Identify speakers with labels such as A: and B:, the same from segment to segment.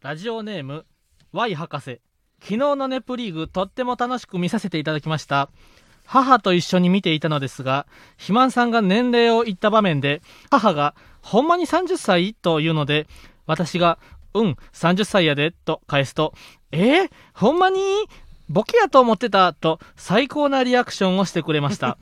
A: ラジオネーム Y 博士昨日のネプリーグとっても楽しく見させていただきました母と一緒に見ていたのですが肥満さんが年齢を言った場面で母が「ほんまに30歳?」と言うので私が「うん30歳やで」と返すと「えー、ほんまにボケやと思ってた」と最高なリアクションをしてくれました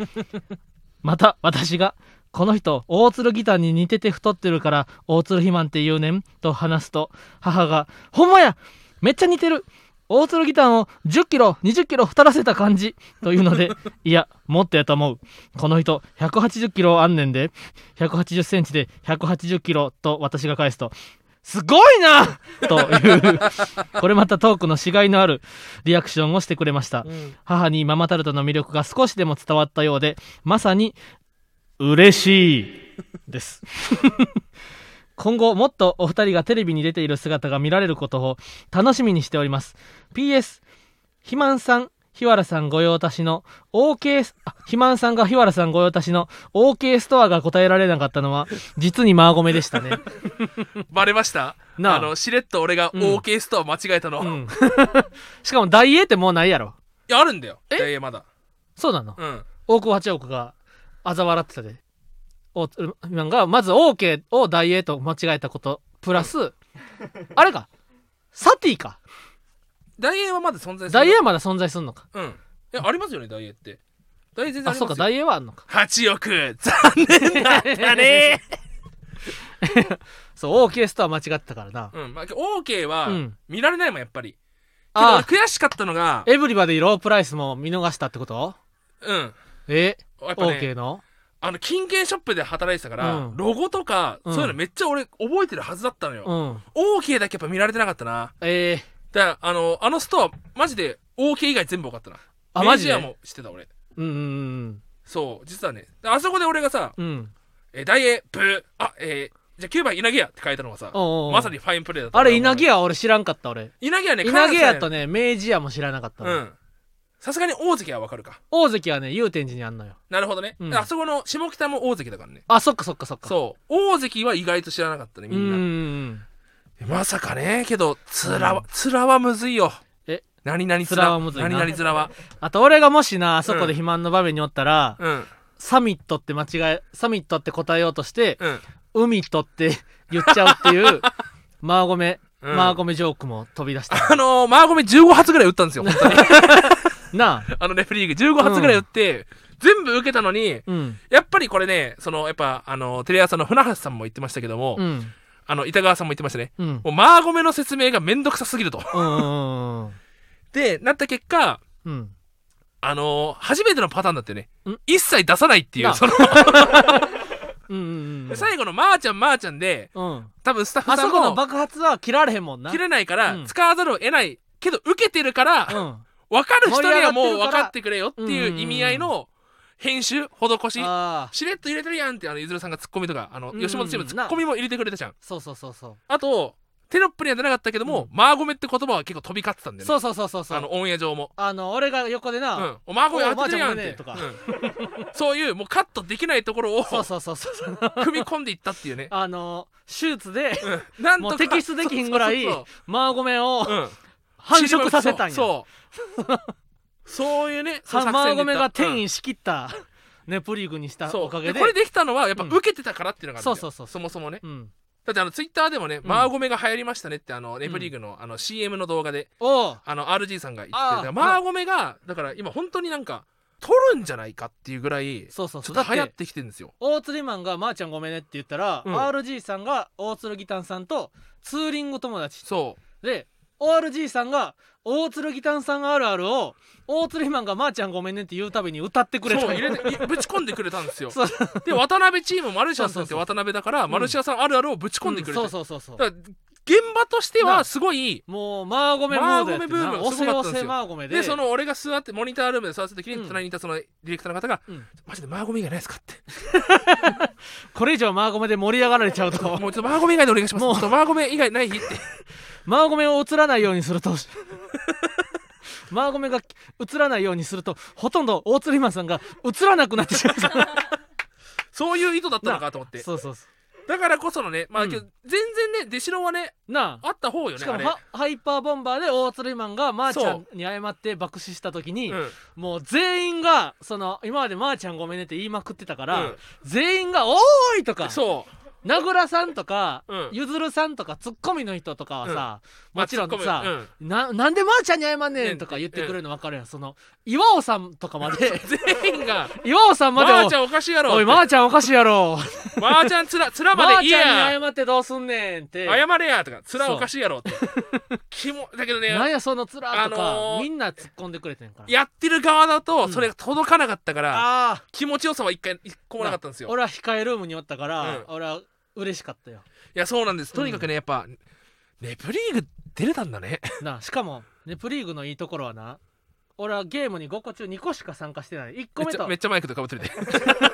A: また私が「この人大鶴ギターに似てて太ってるから大鶴肥満って言うねん」と話すと母が「ほんまやめっちゃ似てる大鶴ギターを1 0キロ2 0キロ太らせた感じ」というので「いやもっとやと思うこの人1 8 0キロあんねんで1 8 0センチで1 8 0キロと私が返すと「すごいな!」というこれまたトークのしがいのあるリアクションをしてくれました母にママタルトの魅力が少しでも伝わったようでまさに嬉しいです 今後もっとお二人がテレビに出ている姿が見られることを楽しみにしております PS 肥満さん日原さん御用達の OK スあ肥満さんが日原さん御用達の OK ストアが答えられなかったのは実にマーゴメでしたね
B: バレました
A: なあ
B: あのしれっと俺が
A: うん
B: OK ストア間違えたの、
A: う
B: い
A: ん しかも大英ってもうないやろ
B: やあるんだよえまだ
A: そうなの
B: うん
A: 大久保八億が嘲笑ってたで。お今がまず OK を大英と間違えたことプラ ス、あれかサティか
B: 大英はまだ存在する
A: 大英はまだ存在すんのか
B: うんえありますよね大英って大英全然
A: あ
B: あり
A: そう
B: ま
A: か
B: すよ
A: 大英はあんのか
B: 8億残念だっ たね
A: そう OK ストア間違ってたからな
B: うん、まあ、OK は
A: うん
B: 見られないもんやっぱり、けど
A: あ
B: 俺悔しかったのが
A: エブリバディロープライスも見逃したってこと
B: うん
A: え
B: やっぱね、
A: OK の
B: あの金券ショップで働いてたから、
A: うん
B: ロゴとか、
A: うん
B: そういうのめっちゃ俺覚えてるはずだったのよ、
A: うん。
B: OK だけやっぱ見られてなかったな
A: えー、
B: だからあのあのストアマジで OK 以外全部分かったな
A: あマジで
B: 明治屋もしてた俺
A: うんうん
B: そう実はねあそこで俺がさ
A: うん。うん。
B: 「えーダイエーブーあえー、じゃあ9番稲毛屋」って書いたのがさ
A: おうおう
B: まさにファインプレーだった
A: あれ稲毛
B: 屋
A: 屋俺知らんかった俺。
B: 稲毛屋ね
A: 稲毛屋
B: 関
A: とね明治屋も知らなかった
B: 西
A: わ、
B: だよねうんさすがに大関は分かるか
A: 大関はね祐天寺にあんのよ。
B: なるほどね、
A: うん
B: あそこの下北も大関だからね
A: あそっかそっかそっか。
B: そう大関は意外と知らなかったねみ
A: うんんう
B: な、
A: ん
B: まさかねけどつら
A: う
B: はつらはむずいよ
A: え
B: 何々つ
A: つら
B: ら
A: はむずいな
B: 何々つらは
A: あと俺がもしなあそこで肥満の場面におったら、
B: うん
A: サミットって間違えサミットって答えようとして、
B: うん
A: 海とって 言っちゃうっていうマーゴメ、
B: うん
A: マーゴメジョークも飛び出した
B: あの ー、マーゴメ15発ぐらい打ったんですよ本 当に
A: なあ
B: あのレフェリーグ15発ぐらい打って、全部受けたのに
A: うん
B: やっぱりこれねそのやっぱあのテレ朝の船橋さんも言ってましたけども、
A: うん
B: あの板川さんも言ってましたね
A: うん
B: もうマーゴメの説明がめんどくさすぎると
A: うんうんうん
B: でなった結果
A: うん
B: あのー初めてのパターンだったよね
A: ん
B: 一切出さないってい
A: な
B: うその
A: うんうんうん
B: で最後の「まーちゃんまーちゃん」で
A: うん
B: 多分スタッフ
A: あ
B: さ
A: そ
B: ん
A: この
B: も
A: 爆発は切られへんもんな
B: 切れないから、
A: うん
B: 使わざるを得ないけど受けてるから、
A: うん
B: 分かる人にはもう
A: 盛り上がってるから
B: 分かってくれよっていう意味合いの編集施し
A: ああ
B: しれっと入れてるやんってあのゆずるさんがツッコミとかあの
A: うん
B: 吉本チームツッコミも入れてくれたじゃん
A: そうそうそうそう
B: あとテロップには出なかったけど
A: う
B: も、
A: ん
B: マーゴメって言葉は結構飛び交ってたんだよね
A: そうそうそうそうそう
B: あのオンエア上も。
A: あの俺が横で
B: う
A: な、
B: ん、おマーゴメ当ててるやんっ
A: お
B: て
A: マーちゃん
B: うんそういうもうカットできないところ を
A: そうそうそうそうそう
B: 組み込んでいったっていうね
A: あの手術で
B: うんなん
A: も
B: と
A: う
B: か
A: 摘出できひんぐらい
B: そうそう
A: マーゴメを
B: そうそううん
A: 繁殖させたんや
B: そうそうそういう ねそ
A: は
B: う作
A: マー
B: 戦で
A: ゴメが
B: うん
A: 転移しきった、ネプリーグにした
B: そう
A: おかげで
B: これできたのはやっぱ
A: うん
B: 受けてたからっていうのがあるんだよ
A: そうそうそう
B: そもそもね
A: うん、
B: だってあのツイッターでもね、
A: ん
B: マーゴメが流行りましたねってあのレブリーグのあの CM の動画で
A: おう
B: あの RG さんが言ってて
A: あー
B: だからマーゴメがだから今本当になんか取るんじゃないかっていうぐらいちょ
A: そうそう
B: っ
A: そ
B: と
A: うだっ
B: 流行っててきてるんですよ
A: 大釣りマンが「まーちゃんごめんね」って言ったら、
B: うん
A: RG さんが大鶴ギタンさんとツーリング友達
B: そ
A: で ORG さんが大鶴ギタンさんあるあるを大釣りマンが「まーちゃんごめんね」って言うたびに歌って
B: う
A: くれた
B: そう入れていぶち込んでくれたんです よ
A: そう
B: で渡辺チームマルシアさんって
A: そうそうそう
B: 渡辺だからマルシアさんあるあるをぶち込んでくれて
A: う
B: る
A: んそうそうそうそう
B: だから現場としてはすごい
A: もうマーゴメムードやってん
B: マー
A: なお
B: ゴメブームす
A: せ
B: ごか
A: お
B: ったんですよ
A: せマーゴメで
B: でその俺が座ってモニタールームで座ってた時
A: う
B: に
A: ん
B: 隣にいたそのディレクターの方が
A: うん
B: 「マジでマーゴメ以外ないですか?」って
A: これ以上マーゴメで盛り上がられちゃう と
B: もうちょっとマーゴメ以外でお願いします。
A: もう
B: ちょっとマーゴメ以外ない日って。
A: マーゴメを映らないようにするとマーゴメが映らないようにするとほとんど大鶴ひまさんが映らなくなってしまうから
B: そういう意図だったのかと思って。
A: そうそうそ
B: だからこそのねまあ、
A: うん
B: けど全然ね出城はね
A: な
B: あった方よ
A: あ
B: ね
A: しかも
B: あれ
A: ハハイパーボンバーで大鶴マンがまーちゃんに謝って爆死した時に、
B: うん
A: もう全員がその今までまーちゃんごめんねって言いまくってたから、
B: うん
A: 全員が「おーい!」とか
B: そう
A: 名倉さんとか、
B: うん
A: ゆずるさんとかツッコミの人とかはさ、
B: まあ
A: もちろん
B: ツッコミ
A: さ、
B: うん
A: ななんでまーちゃんに謝んねんとか言ってくれるの分かるやんその岩尾さんとかまで
B: 全 員が
A: 岩尾さん
B: ま
A: まで
B: ーちゃんおかしいやろ
A: おいまーちゃんおかしいやろ
B: まーちゃんつらつら
A: ま
B: まで
A: ー
B: いい
A: ちゃん
B: や
A: に謝ってどうすんねんって
B: 謝れやとかつらおかしいやろって キモだけどね
A: なんやそのつらとか、
B: あのー
A: みんな突っ込んでくれてんから
B: やってる側だ
A: う
B: と
A: ん
B: それが届かなかったから、
A: あ
B: 気持ちよさは一回一個もなかったんです
A: ー
B: よ
A: 俺は控えルームにおったから、
B: うん
A: 俺は嬉しかったよ
B: いやそうなんですとにかくねやっぱネプリーグ出れたんだね
A: なあしかもネプリーグのいいところはな俺はゲームに5個中2個しか参加してない1
B: め
A: 個
B: っ
A: 目
B: ちゃ
A: と
B: めっちゃマイクとかぶってて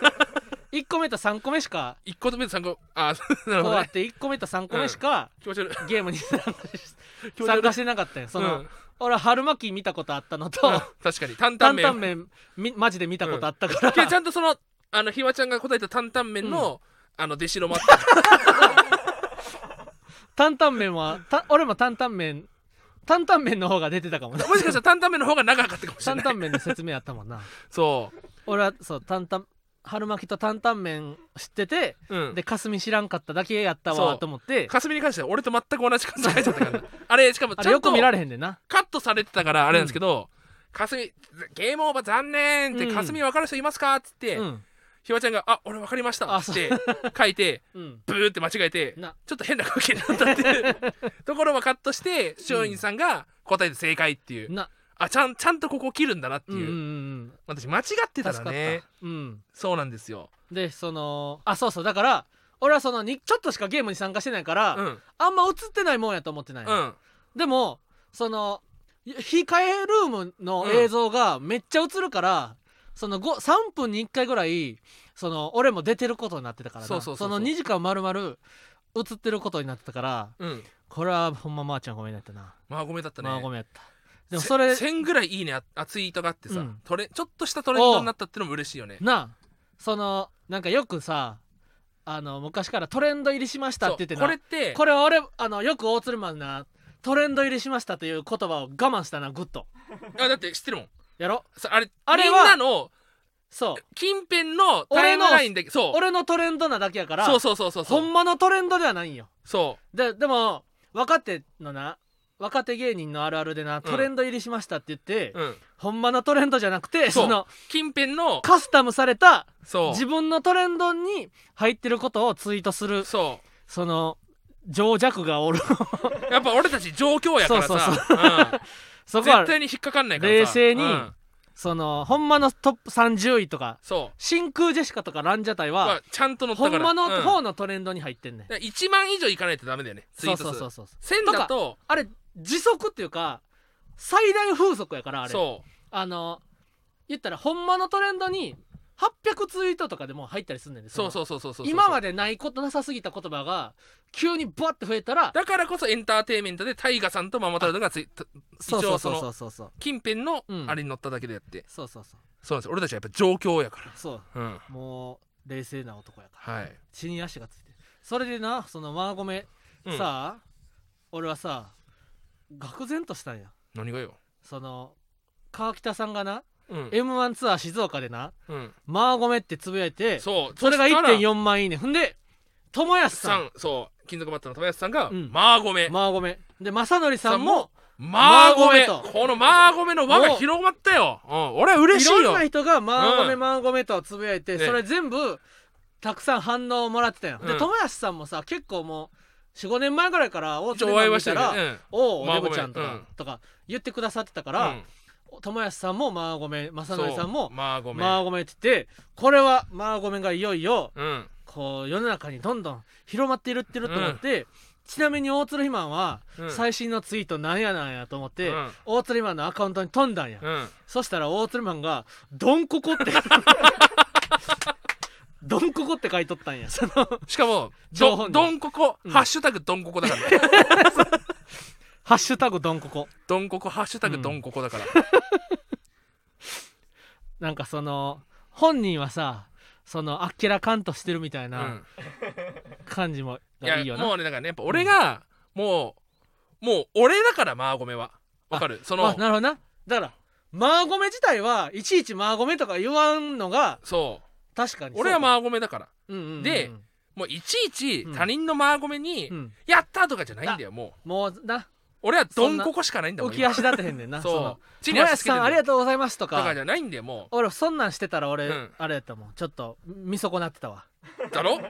A: 1個目と3個目しか
B: 一個目と三個あー なる
A: こう
B: ほど
A: や
B: ね
A: って1個目と3個目しか
B: 気持ち悪い
A: ゲームに参加し
B: 気持ち悪い
A: 参加してなかったんよその、
B: うん
A: 俺は春巻き見たことあったのと、
B: うん確かに担々
A: 担
B: 麺
A: 々 麺みマジで見たことあったから、
B: いやちゃんとそのあのひわちゃんが答えた担々麺の、あの弟子のもあった
A: 担々麺はた俺も担々麺担々麺の方が出てたかもな
B: もしかしたら担々麺の方が長かったかもしれ
A: 担
B: ない
A: 々麺の説明あったもんな
B: そ
A: 俺はそう担々春巻きと担々麺知ってて、
B: う、うん、
A: でかすみ知らんかっただけやった
B: そ
A: わ
B: う
A: と思って
B: 霞に関しては俺と全く同じ感じ書いちゃったから なあれしかも
A: あ
B: ち
A: れ
B: ゃ
A: よ
B: ん
A: く
B: と
A: 見られへんでな
B: カットされてたからあれなんですけど、霞ゲームオーバー残念って、
A: うん
B: 霞分かる人いますかって言って、
A: うん
B: ひわちゃんが「あ俺分かりました」
A: あ
B: っ
A: そう
B: て書いて
A: うん
B: ブーって間違えて
A: な
B: ちょっと変な空気になったっていう ところはカットして松陰さんが答えて正解っていう、
A: な
B: あちゃんちゃんとここ切るんだなって
A: うん
B: い
A: うん
B: う、
A: うん
B: 私間違って
A: 助
B: たら
A: かった、
B: ね
A: うん
B: そうなんですよ、
A: でそのあそうそうだから俺はそのにちょっとしかゲームに参加してないから、
B: うん
A: あんま映ってないもんやと思ってない、
B: うん
A: でもその控えルームの映像がめっちゃ映るから、そのご3分に1回ぐらいその俺も出てることになってたからな
B: そうそうそうそう
A: の2時間丸々映ってることになってたから
B: うん
A: これはほんままーちゃんごめんやったな、
B: まあごめんだったね、
A: まあごめんやったでも
B: せ
A: それ
B: 1000ぐらいいいねああツイートがあってさ、
A: うん
B: トレちょっとしたトレンドになったってのも嬉しいよね
A: なあそのなんかよくさあの昔からトレンド入りしましたって言って
B: そう
A: な
B: これって
A: これ俺あのよく大鶴マンなトレンド入りしましたという言葉を我慢したなグッと
B: あだって知ってるもん
A: やろ
B: さあれ
A: あれは
B: みんなの
A: そう
B: 近辺のタイ
A: 俺
B: ム
A: の
B: ラインでそう
A: 俺のトレンドなだけやから
B: そうそうそうそうそ
A: ほん
B: う
A: まのトレンドではないんよ
B: そ
A: ででも若手のな若手芸人のあるあるでなトレンド入りしましたって言って、
B: う、うん、
A: ほんまのトレンドじゃなくて
B: そう
A: その
B: 近辺の
A: カスタムされた
B: そ
A: 自分のトレンドに入ってることをツイートする
B: うそ
A: その情弱がおる
B: うやっぱ俺たち状況やからさ
A: そうそう
B: う
A: そ
B: ん、
A: こは
B: 絶対に引っかかんないからさ
A: 冷静に
B: うん
A: そのほんまのトップ30位とか
B: そう
A: 真空ジェシカとかランジャタイは
B: まあちゃんと乗った
A: ほ
B: か
A: んま
B: ら
A: の
B: うん
A: 方のトレンドに入ってんねん、
B: だから1万以上いかないとダメだよねツイ
A: そ
B: ー
A: う
B: ト数
A: そうそうそう
B: 1000だと
A: あれ時速っていうか最大風速やからあれ
B: そ
A: あの言ったらほんまのトレンドに800ツイートとかでもう入ったりすんねんで
B: うそう
A: う
B: そうそうそうそう
A: 今までないことなさすぎた言葉が急にバッて増えたら
B: だからこそエンターテインメントでタイガさんとママタルトがついた一
A: そうそ
B: 応
A: う
B: そ
A: そうそ
B: の
A: うそうそう
B: 近辺の
A: うん
B: あれに乗っただけでやって、
A: そうそうそう
B: そうなんです俺たちはやっぱ状況やか
A: そう
B: らうん
A: もう冷静な男やから、
B: はい、
A: 血に足がついてるそれでなそのマーゴメ、
B: うん
A: さあ俺はさ愕然としたんや
B: 何がよ
A: その川北さんがな、
B: うん、
A: m 1ツアー静岡でな
B: うん、
A: マーゴメってつぶやいてそ
B: そう
A: れが
B: そしたら
A: 1.4万いいねほんで友安さ
B: さ
A: ん
B: んそう金属バットの友安さんが、
A: うん
B: マーゴメ
A: マーゴメで正則さんも
B: マーゴメ
A: マーゴメと
B: このマーゴメの輪が
A: もう
B: 広まったよ、うん、俺は嬉
A: い
B: しいよ
A: ろんな人がマーゴメ
B: うん
A: マーゴメとつぶやいて
B: ね
A: それ全部たくさん反応をもらってたよ
B: う
A: で
B: ん
A: 友安さんもさ結構もう45年前ぐらいから大
B: 一
A: 津
B: 応お会いは
A: 見
B: して
A: た
B: るけど
A: ら
B: ね
A: 「おお
B: マー
A: デ
B: ゴメ
A: ブちゃん」と
B: うん
A: かとか言ってくださってたか
B: うんう
A: ら
B: ん
A: 友安さんもマーゴメ正則さん
B: そう
A: も
B: マーゴメ、
A: マーゴメって言ってこれはマーゴメがいよいよ
B: うん、
A: こう世の中にどんどん広まっているってると思って、ちなみに大鶴ひまんは
B: うん
A: 最新のツイートなんやなんやと思って、
B: うん
A: 大鶴ひまんのアカウントに飛んだんや、
B: うん、
A: そしたら大鶴ひまんが「ドンココ」って ドンココって書いとったんやその
B: しかも
A: 情
B: ど
A: 報ね
B: どんここ、
A: うん
B: ハッシュタグどんここだからね
A: 「ハッシュタグドンココ
B: どんここハッシュタグどんここだから、」
A: なんかその本人はさそのあっけらかんとしてるみたいな、
B: うん
A: 感じも
B: い
A: が
B: や
A: いいよな
B: もうねだからねやっぱ俺がもう、もう俺だからマーゴメはわかるそ
A: あ
B: の
A: なるほどなだからマーゴメ自体はいちいちマーゴメとか言わんのが
B: そ
A: 確か
B: う
A: に
B: 俺は
A: ー、
B: マーゴメだから
A: うんうんうんうん
B: でもういちいち
A: うん
B: 他人のマーゴメに
A: うん
B: 「やった!」とかじゃないんだよもう
A: もうな
B: 俺はどんここしかないんだも
A: 浮
B: ん
A: き
B: 今
A: 足立てへんねん な
B: そ
A: そうの
B: 地に
A: 村橋
B: 足つけ
A: さ
B: てん
A: ん
B: だ
A: あ
B: よ
A: りがとうございますと
B: とか
A: か
B: じゃないんだよも
A: 俺そんなんしてたら俺、
B: うん
A: あれやったもんちょっと見損なってたわ
B: うだろ
A: うん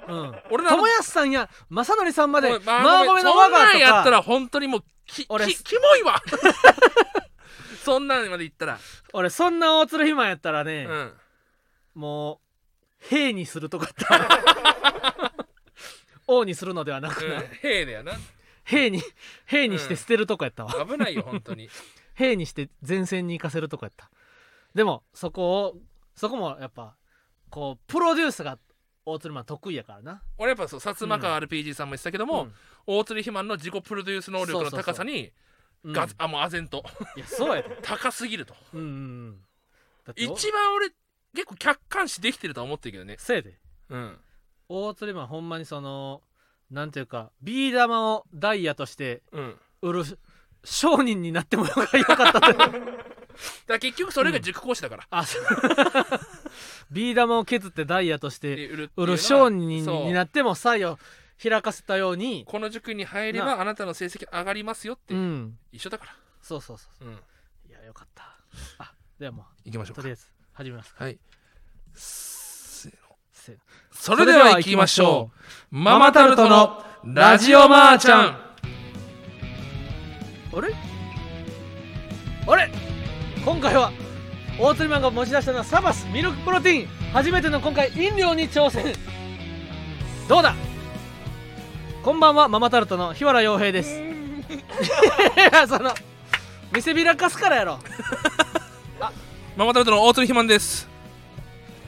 B: 俺らの
A: 友安さんや正則さんまで
B: もう
A: マーゴメの
B: そ
A: 我
B: んなんや
A: が
B: っ
A: と
B: た
A: から
B: 本当にもうきき
A: 俺
B: キモいわ そんなんまで言ったら
A: 俺そんな大鶴ひまやったら
B: う
A: ね、
B: ん
A: もう兵にするとこだった 王にするのではなくな、
B: うん兵だよな
A: 兵に兵にして捨てるとこやったわ、
B: 危ないよ本当に
A: 兵にして前線に行かせるとこやったでもそこをそこもやっぱこうプロデュースが大鶴マン得意やからな
B: 俺やっぱそう薩摩川 RPG さんも言ってたけども、
A: ん
B: 大鶴ひまんの自己プロデュース能力の高さに
A: うん
B: ガツあもう唖然 と
A: いやそうやで
B: 高すぎると
A: うんうんうんだって
B: 一
A: お
B: 番俺結構客観視できてるとは思ってるけどね
A: せやで
B: うん
A: 大鶴マンほんまにそのなんていうかビー玉をダイヤとして
B: うんだか
A: 売る商人になってもらえばよかったという
B: ら結局それが塾講師だから、
A: あそうビー玉を削ってダイヤとして
B: 売るっていう
A: 売
B: のは
A: る商人に
B: そう
A: になっても才を開かせたように
B: この塾に入ればあなたの成績上がりますよって、
A: うん
B: 一緒だから
A: そうそうそう
B: うん
A: いやよかったあではも
B: 行きまし
A: う
B: ょ
A: と
B: う
A: り
B: か
A: あえず始めます
B: はいせーの
A: せーの
B: それでは行きましょうママタルトのラジオマーちゃん
A: あれあれ今回は大鳥マンが持ち出したのはサバスミルクプロテイン初めての今回飲料に挑戦どうだこんばんはママタルトの日原洋平ですいやその見せびらかすからやろ
B: ママタルトの大鶴ひまんです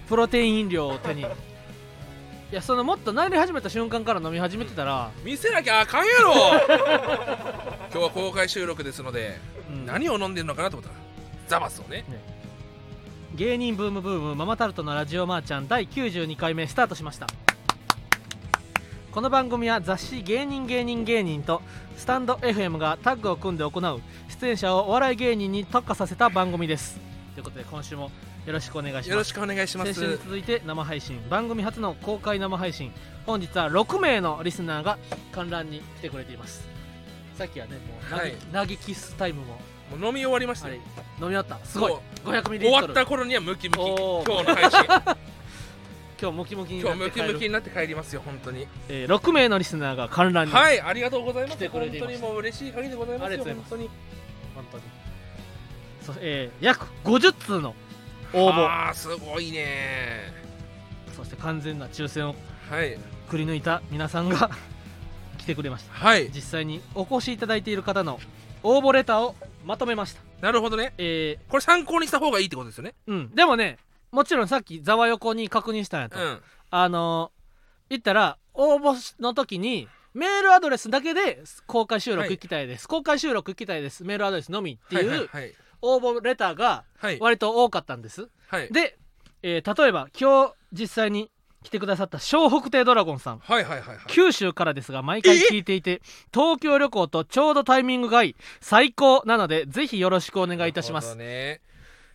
A: プロテイン飲料を手にいやそのもっとなり始めた瞬間から飲み始めてたら、
B: 見せなきゃあかんやろ 今日は公開収録ですので
A: うん
B: 何を飲んでるのかなと思ったらザバスをね
A: 芸人ブームブームママタルトのラジオマーちゃん第92回目スタートしましたこの番組は雑誌「芸人芸人芸人」とスタンド FM がタッグを組んで行う出演者をお笑い芸人に特化させた番組ですということで今週もよろしくお願いします
B: よろしくお願いしま
A: 先週に
B: す
A: 続いて生配信番組初の公開生配信本日は6名のリスナーが観覧に来てくれていますさっきはねもう投げ,、
B: はい
A: 投げキスタイムも
B: もう飲み終わりまし
A: あ
B: た
A: れ
B: よ
A: 飲み終わったすごい
B: も
A: 500ミ
B: う
A: リリ
B: 終
A: ッ
B: わ
A: トル
B: った頃にはムキムキ
A: お
B: 今
A: ー
B: 日の配信
A: 今日ムキムキに
B: 今
A: なって
B: 日ム
A: 帰
B: キ
A: る
B: ムキになって帰りますよ本当に
A: えー、6名のリスナーが観覧に、
B: はいありがとうございま
A: 来
B: す
A: てくれ
B: 本
A: てい
B: 当
A: ま
B: に
A: す
B: もう嬉しい限りでございま
A: あ
B: す
A: りが
B: よ
A: とうございま
B: 本
A: す
B: 当に
A: 本当にそ、えー約50通の応募
B: あーすごいね
A: そして完全な抽選を
B: はい
A: くり抜いた皆さんが 来てくれました
B: はい
A: 実際にお越しいただいている方の応募レターをまとめました
B: なるほどね
A: え
B: これ参考にした方がいいってことですよね
A: ーうんでもねもちろんさっきざわ横に確認したんやと、
B: うん
A: あのー、言ったら応募の時にメールアドレスだけで公開収録行きたいです、公開収録行きたいですメールアドレスのみって
B: はい
A: いう
B: はい
A: 応募レターが
B: はいはい
A: 割と多かったんです、
B: はい
A: で、えー例えば今日実際に来てくださった湘北亭ドラゴンさん
B: はいはいはいはい
A: 九州からですが毎回聞いていて東京旅行とちょうどタイミングが合い最高なのでぜひよろしくお願いいたしま
B: な
A: す、
B: るほどね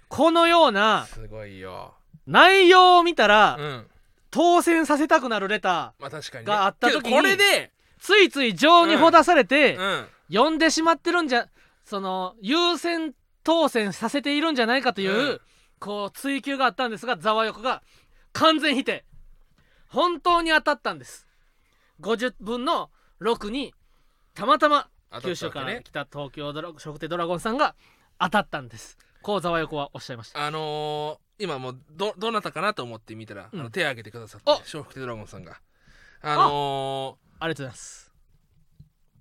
A: このような
B: すごいよ
A: 内容を見たら、
B: うん
A: 当選させたくなるレター
B: まあ確かにね
A: があった時に
B: けどこれで
A: ついつい情にほだされて、
B: うん
A: 呼んでしまってるんじゃその優先当選させているんじゃないかという、
B: うん
A: こう追及があったんですがざわよくが完全否定本当に当たったんです50分の6にたまたま
B: 当たったわけね
A: 九州から来た東京ドラ食亭ドラゴンさんが当たったんですこうざわよこはおっしゃいました
B: あのー、今もうどどなたかなと思って見たら、
A: うん
B: あの手を挙げてくださって
A: お
B: 笑福亭ドラゴンさんがあの
A: ありがとうございます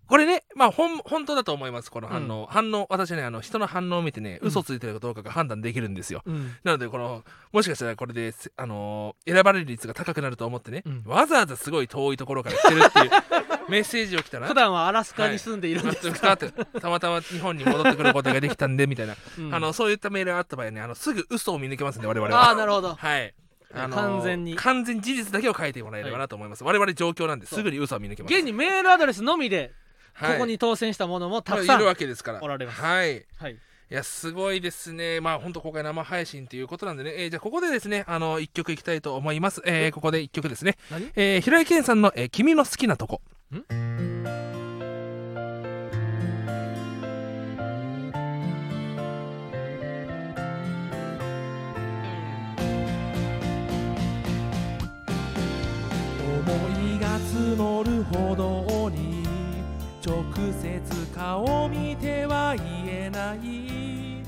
B: ー、これねまあほん本当だと思いますこの反応、反応私ねあの人の反応を見てね
A: うん
B: 嘘ついてるかどうかが判断できるんですよ、
A: うん
B: なのでこのもしかしたらこれで、せあのー選ばれる率が高くなると思ってね、
A: うん
B: わざわざすごい遠いところから来てるっていう メッセージを来たら
A: 普段はアラスカに住んでいるん
B: あ
A: で
B: っ
A: す
B: と
A: が、
B: かってたまたま日本に戻ってくることができたんでみたいな、
A: うん
B: あのそういったメールがあった場合ねあのすぐ嘘を見抜けますんで我々は
A: あーなるほど
B: はいあの
A: 完全に
B: 完全事実だけを書いてもらえればなと思います、我々状況なんですぐに嘘は見抜けます
A: 現にメールアドレスのみでこ
B: はい
A: こに当選したものもたく
B: まあ
A: さ
B: い
A: ん、
B: る
A: は
B: わけですから
A: おられます
B: はい
A: い、
B: いやすごいですねまあ本当今回生配信ということなんでね、えーじゃあここでですねあの1曲いきたいと思います、えーここで1曲ですね
A: 何
B: えー平井堅さんの、えー君の好きなとこ」
A: ん
B: 思いが募るほどに直接顔見ては言えない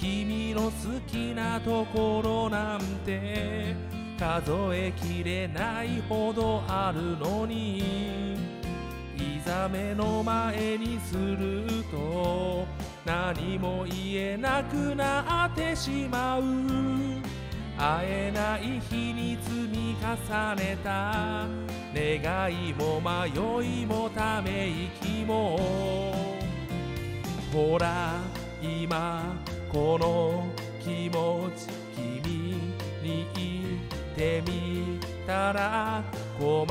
B: 君の好きなところなんて数えきれないほどあるのにいざ目の前にすると何も言えなくなってしまう会えない日に積み重ねた願いも迷いもため息もほら今この気持ち君に言ってみたら困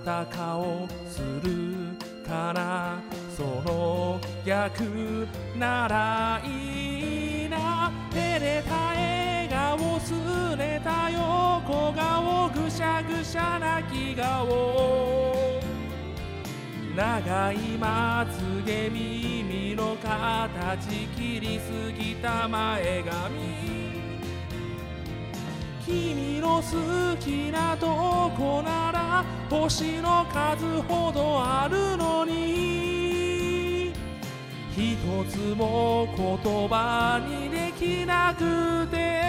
B: った顔するかなその逆ならいいな照れた笑顔すれた横顔ぐしゃぐしゃなき顔長いまつげ耳の形切りすぎた前髪君の好きなとこなら星の数ほどあるのに一つも言葉にできなくて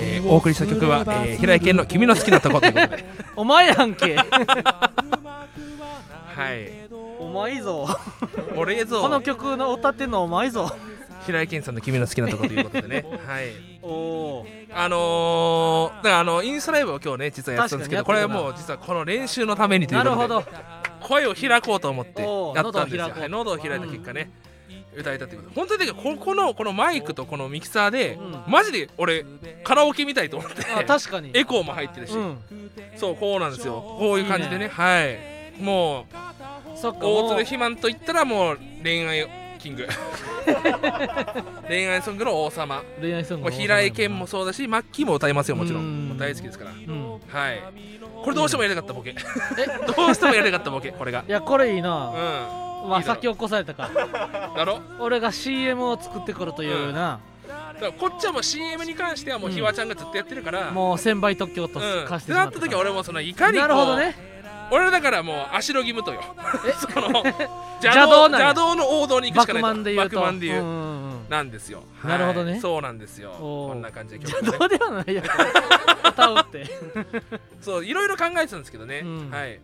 B: えーお送りした曲は、えー平井堅の「君の好きなとこ」ということで
A: お前やんけ
B: はい
A: お前ぞ
B: 俺ぞ
A: この曲の歌ってんのお前ぞ
B: 平井堅さんの「君の好きなとこ」ということで ねはい
A: おおー
B: あのー、だからあのインスタライブを今日ね実はやってたんですけどこ
A: 確
B: れ
A: かにや
B: は
A: ってたな
B: もう実はこの練習のためにという
A: な
B: こ
A: る
B: とで
A: ほど
B: 声を開こうと思って
A: おう
B: やったんですよ
A: 喉を開こう
B: はい喉を開いた結果ね、歌えたってこと本当にだからここのこのマイクとこのミキサーで、
A: うん
B: マジで俺カラオケみたいと思って
A: あ確かに
B: エコーも入ってるし、
A: うん
B: そうこうなんですよこういう感じでね
A: いいね
B: はいもう
A: そっか
B: 大
A: もう
B: 鶴肥満といったらもう恋愛キング 恋愛ソングの王様
A: 恋愛ソング
B: もう平井堅もそうだしマッキーも歌いますよもちろ
A: うん
B: んもう大好きですから
A: うん
B: はいこれどうしてもやりたかったボケどうしてもやりたかったボケこれが
A: いやこれいいうなんまあ
B: いいだろ
A: 先起こされたか
B: だろ
A: 俺が CM を作ってくるというな
B: だからこっちはもう CM に関してはもうひわちゃんがずっとやってるから
A: もう1000倍特許をと
B: う
A: 貸し
B: んっ
A: ててしま
B: な
A: っ
B: ったた
A: か
B: 時は俺もそのいかに
A: な
B: こう
A: るほどね
B: 俺だからもう足の義務とよ そ の邪
A: 邪
B: 道
A: 道なんや
B: 邪道の王道に行く
A: バ
B: しか
A: ク
B: ない
A: マンで言うと
B: バクマンで言
A: う
B: う
A: んうんうん
B: なんですよ。
A: なるほどね
B: はいそうなんですよ。
A: おー
B: こんな感じで曲、
A: 邪
B: ね。
A: 道ではないや これ歌うって
B: そういろいろ考えてたんですけどね。
A: うん
B: はい。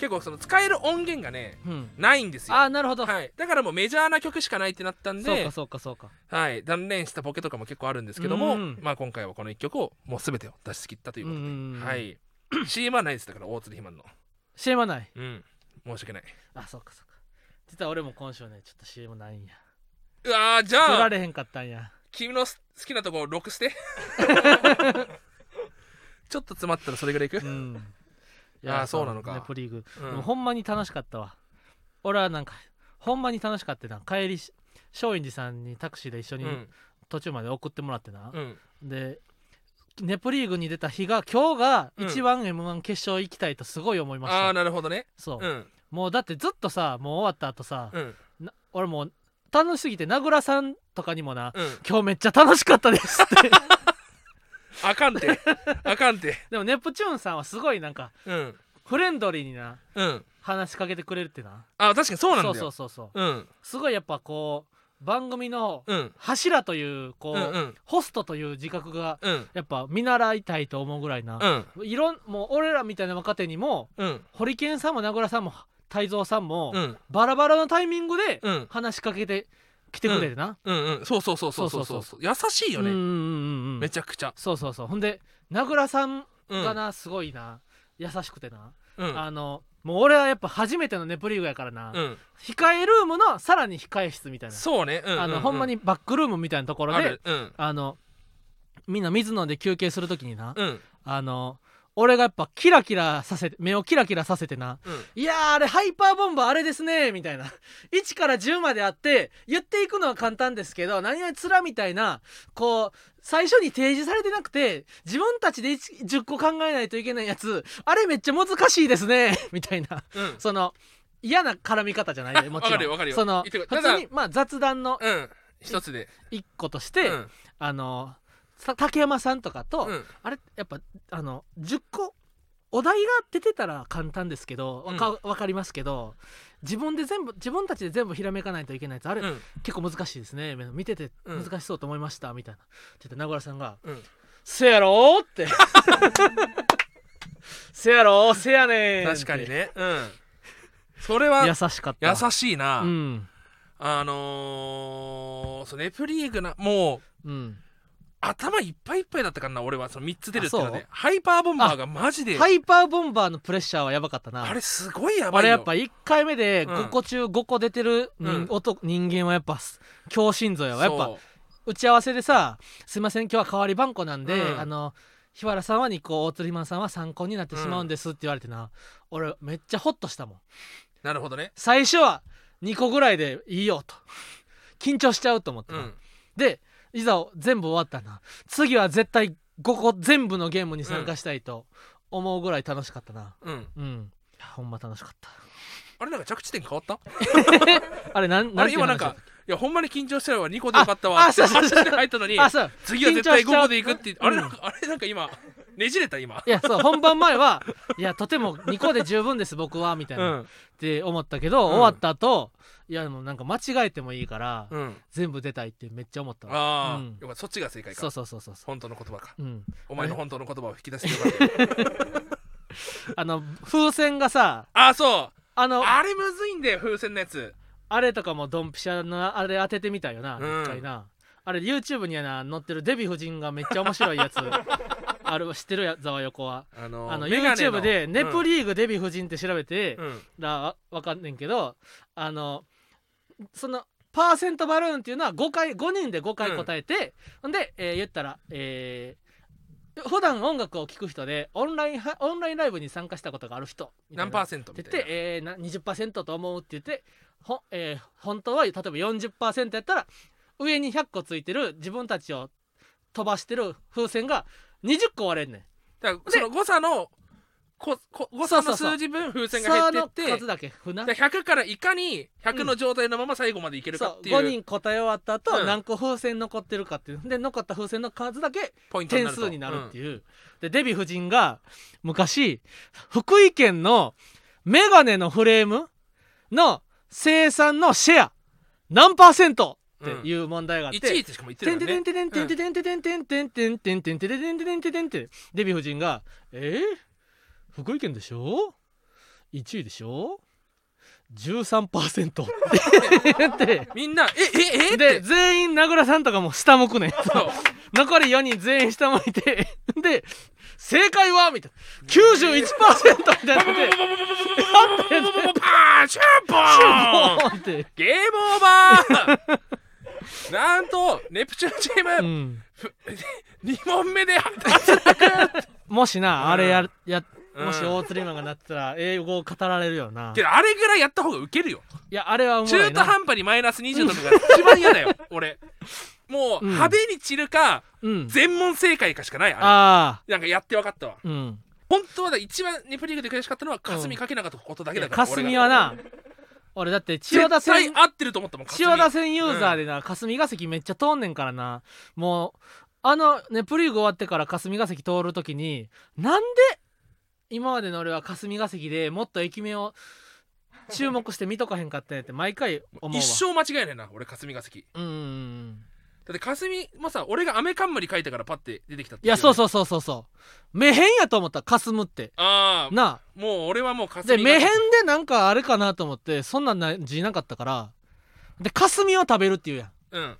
B: 結構その使える音源がね
A: うん
B: ないんですよ。
A: あなるほど
B: はい。だからもうメジャーな曲しかないってなったん
A: そう
B: で
A: か、そうかそうか
B: はい。断念したボケとかも結構あるんですけども、
A: うん
B: まあ今回はこの一曲をもうすべてを出し切ったという
A: う
B: ことで、
A: ん
B: はいい。CM はないですだから大鶴ひまんの。
A: CM はない
B: うん。申し訳ない。
A: あそうかそうか実は俺も今週ねちょっと CM ないんや
B: うわーじ
A: 取
B: ゃ
A: ら
B: あ
A: れへんかったんや
B: 君の好きなとこ6捨て ちょっと詰まったらそれぐらいいく、
A: うん
B: あーそうなのか
A: ネプリーグ
B: うん
A: でもほんまに楽しかったわ俺はなんかほんまに楽しかったな帰りし松陰寺さんにタクシーで一緒
B: う
A: に
B: ん
A: 途中まで送ってもらってな
B: う、ん
A: でネプリーグに出た日が今日が一番 m 1決勝行きたいとすごい思いました、
B: ああなるほどね
A: そう、
B: うん
A: もうだってずっとさもう終わった後さ、
B: うん
A: な俺もう楽しすぎて名倉さんとかにもな、
B: うん
A: 今日めっちゃ楽しかったですって
B: あか んてあかんて
A: でもネプチューンさんはすごいなんか
B: うん
A: フレンドリーにな
B: うん
A: 話しかけてくれるってな
B: あ確かにそうなんだよ
A: そうそうそうそう
B: うん
A: すごいやっぱこう番組の
B: うん
A: 柱というこう、
B: うんうん
A: ホストという自覚が
B: うん
A: やっぱ見習いたいと思うぐらいな
B: う、ん
A: いろんもう俺らみたいな若手にも
B: うん
A: ホリケンさんも名倉さんも泰造さんも、
B: うん
A: バラバラのタイミングで
B: うん
A: 話しかけてきてくれるな、
B: うんうんそうそうそうそうそうそうそう優しいよ
A: うん、うん
B: ね
A: うんうん
B: めちゃくちゃ
A: そうそうそうほんで名倉さん
B: うん
A: がな、すごいな優しくてな、
B: うん
A: あのもう俺はやっぱ初めてのネプリーグやからな、
B: うん
A: 控えルームのさらに控え室みたいな、
B: そうね、うんうんうん、
A: あのほんまにバックルームみたいなところ
B: あ
A: で
B: るうん
A: あのみんな水飲んで休憩するときにな、
B: うん
A: あの俺がやっぱキラキラさせて目をキラキラさせてな
B: うん
A: 「いやーあれハイパーボンバーあれですね」みたいな1から10まであって言っていくのは簡単ですけど何々つらみたいなこう最初に提示されてなくて自分たちで1 10個考えないといけないやつあれめっちゃ難しいですね みたいな
B: うん
A: その嫌な絡み方じゃ ないでもちろん
B: わかるよわかるよ
A: その
B: 言ってる
A: 普
B: ただ
A: 通にまあ雑談の
B: うん一つで
A: 1個として、
B: うん
A: あのさ竹山さんとかと、
B: うん
A: あれやっぱあの10個お題が出てたら簡単ですけどわか,、わかりますけど自分で全部自分たちで全部ひらめかないといけないやつあれ、
B: うん
A: 結構難しいですね見てて
B: うん
A: 難しそうと思いました、みたいなって言って名倉さんが
B: うん
A: 「せやろ?」って せやろせやねん
B: 確かにねうんそれは
A: 優しかった
B: 優しいな、
A: うん
B: あのー、そうネプリーグなもう
A: うん
B: 頭いっぱいいっぱいだったからな俺はその3つ出るっての
A: あそ
B: で
A: う
B: ハイパーボンバーがマジで
A: ハイパーボンバーのプレッシャーはやばかったな
B: あれすごいやば
A: あ
B: い
A: れ
B: よ
A: やっぱ1回目で
B: うん
A: 5個中5個出てる人,、
B: うん
A: 男人間はやっぱす強心臓やわやっぱ
B: そ
A: 打ち合わせでさ「すいません今日は代わり番号なんで、
B: うん
A: あの日原さんは2個大鳥マンさんは3個になってしまうんです」って言われてな、俺めっちゃホッとしたもん
B: うなるほどね
A: 最初は2個ぐらいでいいよと緊張しちゃうと思って
B: う
A: な、
B: ん
A: でいざ全部終わったな次は絶対5個全部のゲームに参加したいと思うぐらい楽しかったな
B: うん
A: うんいやほんま楽しかった
B: あれなんか着地点変わった
A: あれなん
B: あ
A: なんて
B: れ
A: いう
B: 今
A: 話
B: なんかいやほんまに緊張してるわ2個でよかったわ
A: ああそうそうそう
B: って話で入ったのに
A: あそう
B: 次は絶対
A: 緊張しちゃ
B: 5
A: う
B: 個でいくってあれなん
A: う
B: かあれなんか今ねじれた今
A: いやそう本番前は「いやとても2個で十分です僕は」みたいうな、っ
B: ん
A: て思ったけど、
B: うん
A: 終わった後いやでもなんか間違えてもいいから、
B: うん
A: 全部出たいってめっちゃ思ったわ
B: ああ
A: うん
B: よかったそっちが正解
A: そう
B: か
A: そうそうそうそ
B: 本当の言葉か
A: ううん
B: お前の本当の言葉を引き出してよかった
A: あの風船がさ
B: ああそう
A: あのあ
B: あれむずいんだよ風船のやつ
A: れとかもドンピシャのあれ当ててみたよな
B: うん
A: 一回なあれ YouTube にはな載ってるデヴィ夫人がめっちゃ面白いや つある知ってるやざわ横は
B: あの
A: あの
B: メガネ
A: YouTube で「ネプ
B: リ
A: リーグデヴィ夫人」って調べて、
B: うん
A: らわかんねんけどあのそのパーセントバルーンっていうのは5回5人で5回答えて、ほんで、えー言ったら、えー普段音楽を聴く人でオンラインはオンラインライブに参加したことがある人みたい
B: 何
A: な
B: パーセント
A: っ
B: み
A: て
B: た
A: 言
B: い
A: って、えーな20%と思うって言ってほ、えー本当は例えば40%やったら上に100個ついてる自分たちを飛ばしてる風船が20個割れんねん。
B: なだからその誤差のここ誤差の
A: そうそうそう
B: 数字分風船が減って
A: その
B: って
A: 数だけふな
B: だから100からいかに100の状態のまま最後までいけるか
A: そ
B: っ
A: う
B: てい
A: 5
B: う
A: 人答え終わった後、
B: うん
A: 何個風船残ってるかっていうで残った風船の数だけ
B: ポイント
A: 点数になるって
B: いう
A: いう、でデヴィ夫人が昔福井県のメガネのフレームの生産のシェア何パーセントっていう問題があって、
B: 1位ってしかも言ってる
A: てん
B: よ
A: て
B: ね
A: んてんてんてんてんてんてんてんてんてんてんてんてんてんてんてんてんてんてんデヴィ夫人が「えー、福井県でしょ ?1 位でしょ ?13%」って言って。
B: みんなええええ
A: で
B: って
A: 全員名倉さんとかも下向くねん
B: そう
A: 残り4人全員下向いてで「正解は?」みたいな「91%」みたいになってて
B: パーンシュンポーン
A: ボーンって、
B: ゲームオーバーなんとネプチューンチー
A: う
B: ム
A: ん、
B: 2問目で
A: もしなあれやや
B: うん
A: もし大釣りマンがなってたら英語を語られるよな
B: けどあれぐらいやった方がウケるよ
A: いやあれはおもろ
B: 中
A: い
B: 途
A: な
B: 半端にマイナス20とかが一番 嫌だよ俺もう
A: うん
B: 派手に散るか
A: うん
B: 全問正解かしかないあ
A: あ
B: れなんかやって分かったわ
A: あうん
B: 本当はだ一番ネプリーグで悔しかったのは霞かけなかったことだけだから
A: 霞
B: 俺
A: は
B: が
A: な俺だって千代
B: 絶
A: 田
B: 対
A: 線
B: 合ってると思ったもん
A: 千代田線ユーザーでな、霞が関めっちゃ通んねんからなもうあのねプリーグ終わってから霞が関通るときになんで今までの俺は霞が関でもっと駅名を注目して見とかへんかったんやって毎回思うわ
B: 一生間違いないな俺霞が関だ
A: うんうんうん
B: って霞もさ俺が「アメ冠」書いてからパッて出てきたって
A: いやそう
B: う
A: そうそうそうそう目変やと思った霞むって
B: ああ
A: なあ
B: もう俺はもう
A: で
B: 霞
A: 目変でなんかあれかなと思ってそんなんな字なかったからで霞を食べるっていうやん
B: うん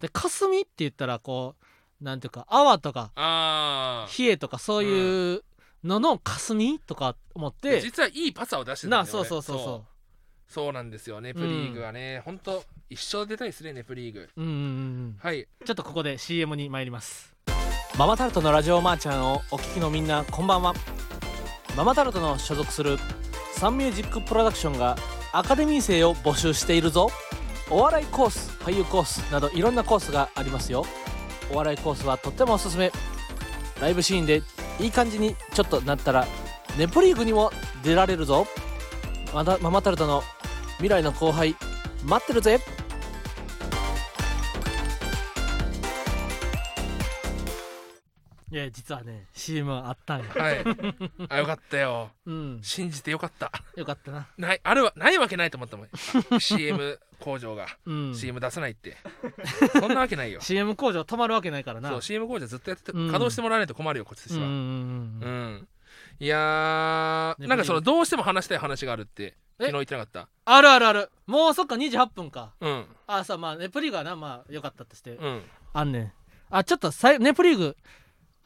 A: で霞って言ったらこうなんていうか泡とか
B: ああ
A: 冷えとかそういうのの霞とか思って
B: 実はいいパスを出してたん
A: な
B: だよ
A: あ
B: ね
A: そうそうそう
B: 俺
A: そ
B: そうなんですよネプリーグはね、ほんと一生出たいですねネプリーグ
A: ううんうんうん
B: はい
A: ちょっとここで CM に参ります
C: ママタルトのラジオマーちゃんをお聞きのみんなこんばんはママタルトの所属するサンミュージックプロダクションがアカデミー生を募集しているぞお笑いコース俳優コースなどいろんなコースがありますよお笑いコースはとってもおすすめライブシーンでいい感じにちょっとなったらネプリーグにも出られるぞまたママタルトの未来の後輩待ってるぜ
A: いや実はね CM はあったんや
B: はい。 あ、よかったよ。
A: うん
B: 信じてよかった。
A: よかったな
B: ない、あるわ、ないわけないと思ったもん。CM 工場が
A: うん
B: CM 出さないって。そんなわけないよ。
A: CM 工場止まるわけないからな
B: そう、CM 工場ずっとやってて、
A: うん
B: 稼働してもらわないと困るよ、こっちとして
A: うんう
B: は。
A: んう
B: うんん。いやー、
A: ね
B: なんかその、どうしても話したい話があるって、昨日言ってなかった。
A: あるあるあるもうそっか28分か
B: うん、
A: あさまあネプリーグはなまあよかったとして、
B: うん。
A: あんねんあちょっとさいネプリーグ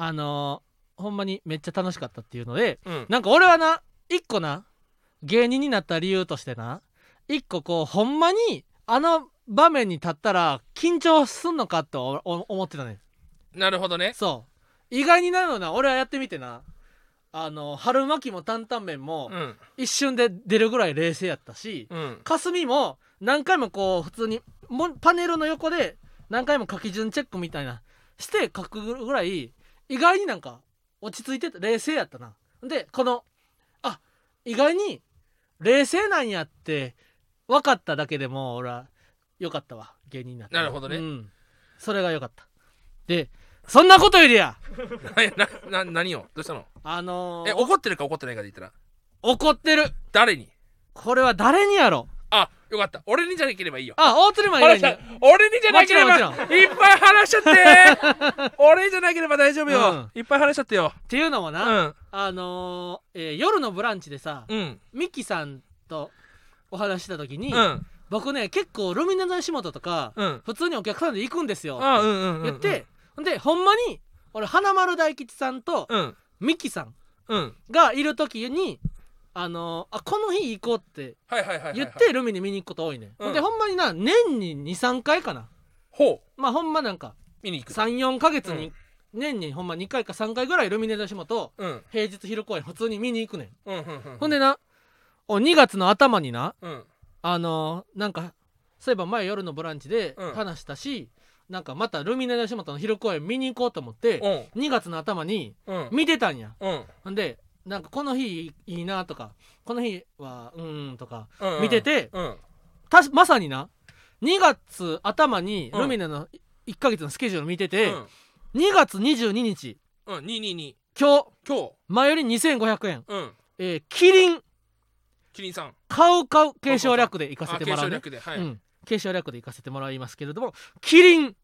A: あのー、ほんまにめっちゃ楽しかったっていうので
B: うん、
A: なんか俺はな一個な芸人になった理由としてな一個こうほんまにあの場面に立ったら緊張すんのかとおお思ってたね
B: なるほどね。
A: そう意外になるのな俺はやってみてなあの春巻きも担々麺も
B: うん、
A: 一瞬で出るぐらい冷静やったし、
B: うん。
A: 霞も何回もこう普通にもパネルの横で何回も書き順チェックみたいなして書くぐらい意外になんか落ち着いてた冷静やったなでこのあ意外に冷静なんやって分かっただけでも俺は良かったわ芸人になって
B: なるほどね
A: うん、それが良かったでそんなことよりや
B: な、な、な何をどうしたの
A: あのー
B: え、怒ってるか怒ってないかで言ったら、
A: 怒ってる
B: 誰に
A: これは誰にやろ
B: あ、よかった。俺にじゃなければいいよ。
A: あ大鶴マン以
B: 俺
A: 外に
B: にじゃなければ
A: もちろんも
B: いっぱい話しちゃ って俺じゃなければ大丈夫よ、いっぱい話しちゃってよ
A: っていうのも
B: う
A: な、
B: ん
A: あのーえー夜のブランチでさ、
B: うん
A: ミキさんとお話しした時に、
B: うん
A: 僕ね結構ルミネの吉本とか、
B: うん
A: 普通にお客さんで行くんですよ
B: あ
A: っ
B: う
A: て
B: んうんうん
A: 言って、ほんでほんまに俺花丸大吉さんと
B: うん
A: ミキさん
B: うん
A: がいる時に、あのーあこの日行こうって
B: はいはいはいはいはい
A: 言ってルミネ見に行くこと多いね、
B: うん
A: ほんでほんまにな年に23回かな
B: ほう
A: まあほんまなんか
B: 見に行く
A: 34ヶ月に、年にほんま2回か3回ぐらいルミネの吉本を
B: うん
A: 平日昼公演普通に見に行くねん
B: うんうんうん
A: ほんでなお2月の頭にな
B: うん
A: あのーなんかそういえば前夜の「ブランチ」で
B: うん
A: 話したし、なんかまたルミネの吉本の昼公演見に行こうと思って
B: うん
A: 2月の頭に
B: うん
A: 見てたんや
B: うん
A: ほんでなんかこの日いいなとかこの日はうーんとか
B: うん
A: 見てて
B: うん
A: たしまさにな2月頭にルミネの1ヶ月のスケジュール見て
B: う
A: て、
B: ん
A: 2月22日
B: うん二二二
A: 今日
B: 今日
A: 前より2500円、
B: うん
A: えー、キリン
B: キリンさん
A: カウカウ継承略で行かせてもらう
B: あ継承
A: ね
B: 略では
A: う
B: い
A: ん、継承略で行かせてもらいますけれどもキリン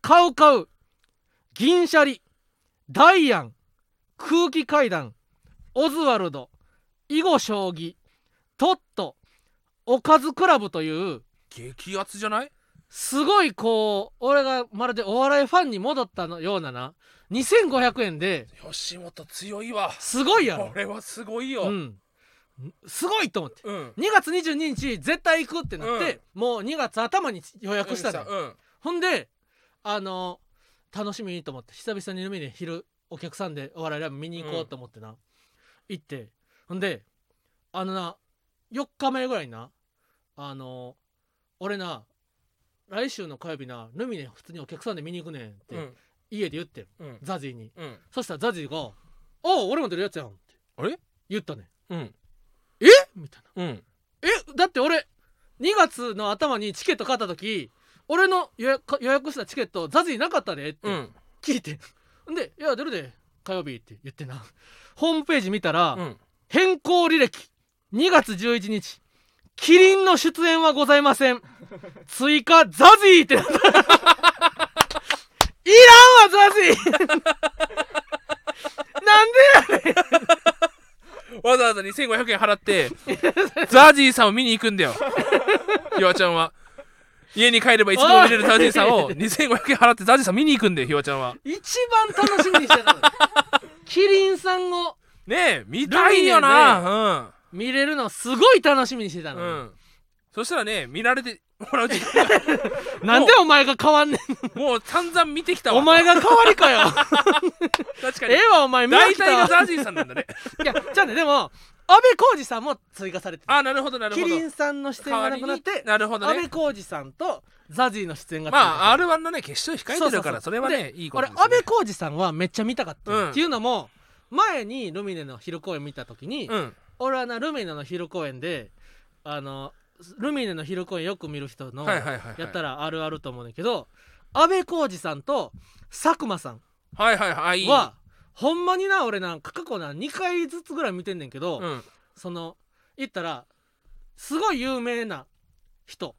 A: カウカウ銀シャリダイアン空気階段オズワルド囲碁将棋トットおかずクラブという
B: 激アツじゃない
A: すごいこう俺がまるでお笑いファンに戻ったのようなな2500円で
B: 吉本強いわ
A: すごいやろ
B: こ、れはすごいうよ
A: ん、すごいと思って
B: うん
A: 2月22日絶対行くってなって、もう2月頭に予約したのよ、
B: うん
A: ほんであの楽しみにと思って久々に海で昼お客さんでお笑いライブ見に行こうと思ってな、行ってほんであのな4日前ぐらいになあの俺な来週の火曜日なルミネ普通にお客さんで見に行くねんって、
B: うん
A: 家で言ってん
B: うん
A: ザジーに
B: うん
A: そしたらザジーが「おう俺も出るやつやん」って
B: あれ
A: 言ったねん
B: うん
A: みたいな
B: うん
A: えだって俺2月の頭にチケット買った時俺の予約予約したチケットザジーなかったでって
B: うん
A: 聞いて、 ん、で「いや出るで火曜日」って言ってな ホームページ見たら、
B: うん
A: 変更履歴2月11日キリンの出演はございま せん追加ザジーって なったいらんわザジ ーなんで
B: わざわざ2500円払って ザージーさんを見に行くんだよ ひわちゃんは家に帰れば一度見れるザージーさんを2500円払ってザージーさん見に行くんだよひわちゃんは
A: 一番楽しみにしてたのキリンさんを
B: ねえ見たいよな、
A: 見れるのすごい楽しみにしてた
B: うん、
A: の
B: う
A: に、
B: ん、そしたらね見られてもらう時 間が
A: なんでお前が変わんね
B: もう散々見てきた
A: ん
B: わ
A: お前が変わりかよ
B: 確かに
A: ええわお前見飽
B: 大
A: きた
B: 体が
A: わ
B: ザージーさんなんだね
A: いやじゃあねでも安倍浩二さんも追加されてた
B: あなるほどなるほ
A: キ
B: ど
A: リンさんの出演がなくなっ
B: 代わり
A: て
B: になるほど
A: 安
B: ね
A: 倍浩二さんとザジーの出演が追加されて
B: まあ R1 のね決勝控えてるから
A: そ
B: そ
A: そう
B: うれ
A: そう
B: はねいいこと
A: 俺
B: です
A: 安
B: よね
A: 倍浩二さんはめっちゃ見たかった、
B: うん
A: っていうのも前にルミネの昼公演見た時に、
B: うん
A: 俺はなルミネの昼公演であのルミネの昼公演よく見る人の
B: はいはい
A: や
B: はいはい
A: ったらあるあると思うんだけど安倍浩二さんと佐久間さん
B: はいはいはいあいい
A: はほんまにな俺なんか過去な2回ずつぐらい見てんねんけど、
B: うん
A: その言ったらすごい有名な人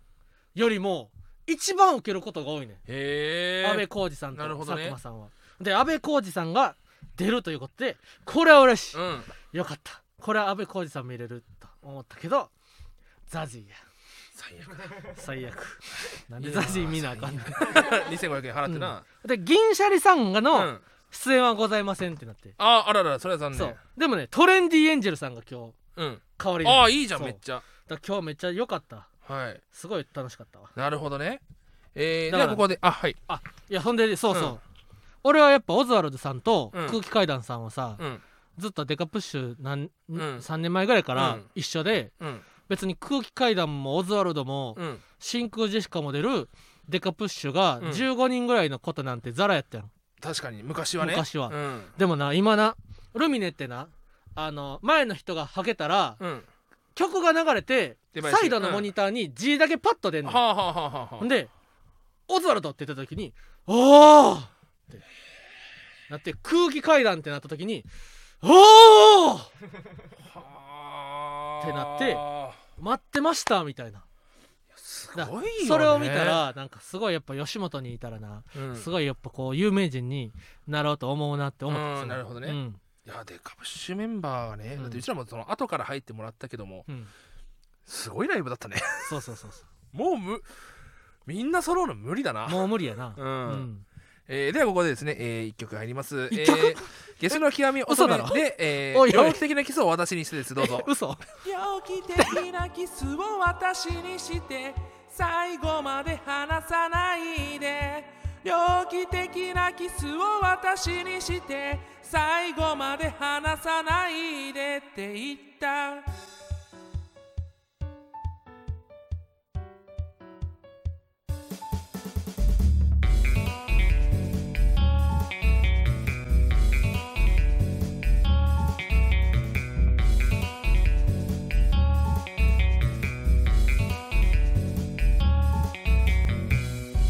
A: よりも一番受けることが多いねん
B: へ
A: 安倍
B: え
A: 浩二さんと
B: なるほ
A: 佐
B: どね
A: 久間さんは、で安倍浩二さんが出るということでこれは嬉しい、
B: うん
A: よかったこれは安倍浩二さん見れると思ったけどザジーや
B: 最悪
A: 最悪なんで
B: いや
A: ザ
B: ー
A: ジー見なあかんねん
B: 2500円払ってな
A: で銀シャリさんが
B: うん
A: の出演はございませんってなって、
B: ああららそれは残
A: そう
B: 念
A: でもねトレンディエンジェルさんが今日
B: うん
A: 代わりに
B: ああいいじゃん
A: そう
B: めっちゃ
A: だから今日めっちゃ良かった
B: はい
A: すごい楽しかったわ
B: なるほどねえ
A: だ
B: ーじ
A: から
B: ゃあここであはい
A: あいやそんでそうそう、
B: うん
A: 俺はやっぱオズワルドさんと
B: うん
A: 空気階段さんはさ、
B: うん
A: ずっとデカプッシュなん、
B: ん
A: 3年前ぐらいから
B: うん
A: 一緒で、
B: うん
A: 別に空気階段もオズワルドも、
B: うん
A: 真空ジェシカも出るデカプッシュが
B: うん
A: 15人ぐらいのことなんてザラやったやん、
B: 確かに昔はね
A: 昔は
B: うん
A: でもな今なルミネってなあの前の人がハゲたら、
B: うん
A: 曲が流れて
B: 出囃子
A: サイドのモニターに G だけパッと出んの、
B: はあはあはあはあ
A: ほんで「オズワルド」って言った時に「おお!」ってなって空気階段ってなった時に「おお!」
B: はあ
A: ってなって待ってましたみたいな
B: す
A: だ
B: ごいよね
A: それを見たらなんかすごいやっぱ吉本にいたらな、
B: うん
A: すごいやっぱこう有名人になろうと思うなって思ったんですよ
B: うんなるほどね
A: うん
B: いやでカブッシュメンバーがね、
A: うん
B: だってうちらもその後から入ってもらったけども
A: うん
B: すごいライブだったね
A: そうそうそうそ
B: もうむみんな揃うの無理だな
A: うもう無理やな
B: うん
A: うん
B: えーではここでですね、え1曲入ります
A: 一曲
B: えーゲスの極み
A: 嘘
B: 乙
A: だ
B: 女
A: ろ
B: で、え
A: おいおい
B: ー、猟奇的なキスを私にしてですど うぞ
A: 嘘
D: 猟奇的なキスを私にして最後まで離さないで猟奇的なキスを私にして最後まで離さないでって言った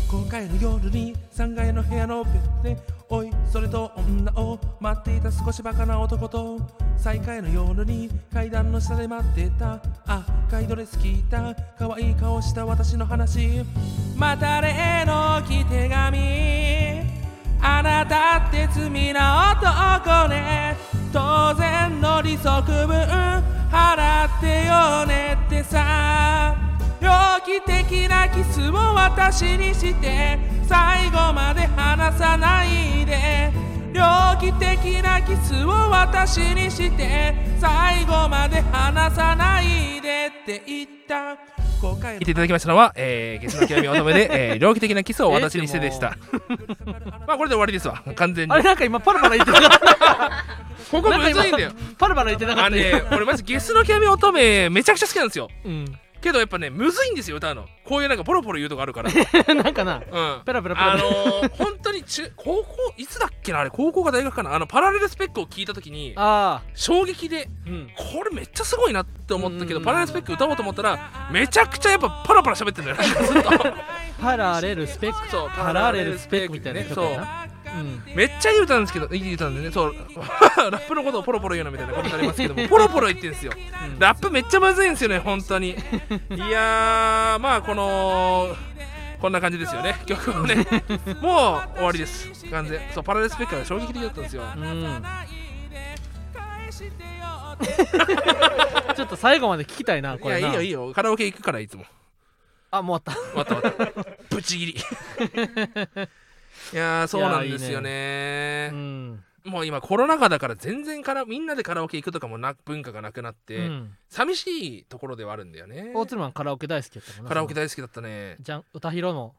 D: 5階の夜に3階の部屋のベッドでおいそれと女を待っていた少しバカな男と最下位の夜に階段の下で待ってた赤いドレス着た可愛い顔した私の話また例の置き手紙あなたって罪な男ね当然の利息分払ってよねってさ猟奇的なキスを私にして最後まで離さないで猟奇的なキスを私にして最後まで離さないでって言った5回
B: 聞いていただきましたのは、えー、ゲスの極み乙女で、えー、猟奇的なキスを私にしてでした、 まあこれで終わりですわ完全に
A: あれなんか今パラパラ言ってなかった
B: ここむずいんだよ
A: パラパラ言ってなか
B: あ
A: った
B: のね俺マジゲスの極み乙女めちゃくちゃ好きなんですよ
A: うん
B: けどやっぱねむずいんですよ歌うのこういうなんかポロポロ言うとこある から
A: なんかな
B: うん
A: ペラペラペラ
B: あのー、本当に中高校いつだっけなあれ高校か大学かなあのパラレルスペックを聞いた時に
A: ああ
B: 衝撃で
A: うん
B: これめっちゃすごいなって思ったけ
A: う
B: ど
A: ん
B: パラレルスペック歌おうと思ったらめちゃくちゃやっぱパラパラ喋ってんだ よねずっと
A: パラレルスペック
B: そう
A: パラレルスペックみたいな曲
B: そう
A: やなうん
B: めっちゃいい歌なんですけどいい歌なんでねそう ラップのことをポロポロ言うなみたいなことになりま すけどもポロポロ言ってんですよ、
A: うん
B: ラップめっちゃまずいんですよね本当にいやーまあこのこんな感じですよね曲 はねもう終わりです完全そうパラレルスペックは衝撃的だったんですよ、
A: うんちょっと最後まで聞きたいな、こ
B: いや
A: れ
B: い
A: な。
B: いよいいよカラオケ行くからいつも
A: あ、もう終わっ
B: 終わった 終わったブチギリいやーそうなんですよね
A: た。うん。
B: もう今コロナ禍だから全然からみんなでカラオケ行くとかもな文化がなくなって、
A: うん、
B: 寂しいところではあるんだよね
A: 大鶴マンカラオケ大好きやったもんな
B: カラオケ
A: 大
B: 大好きだったね
A: じゃん歌広の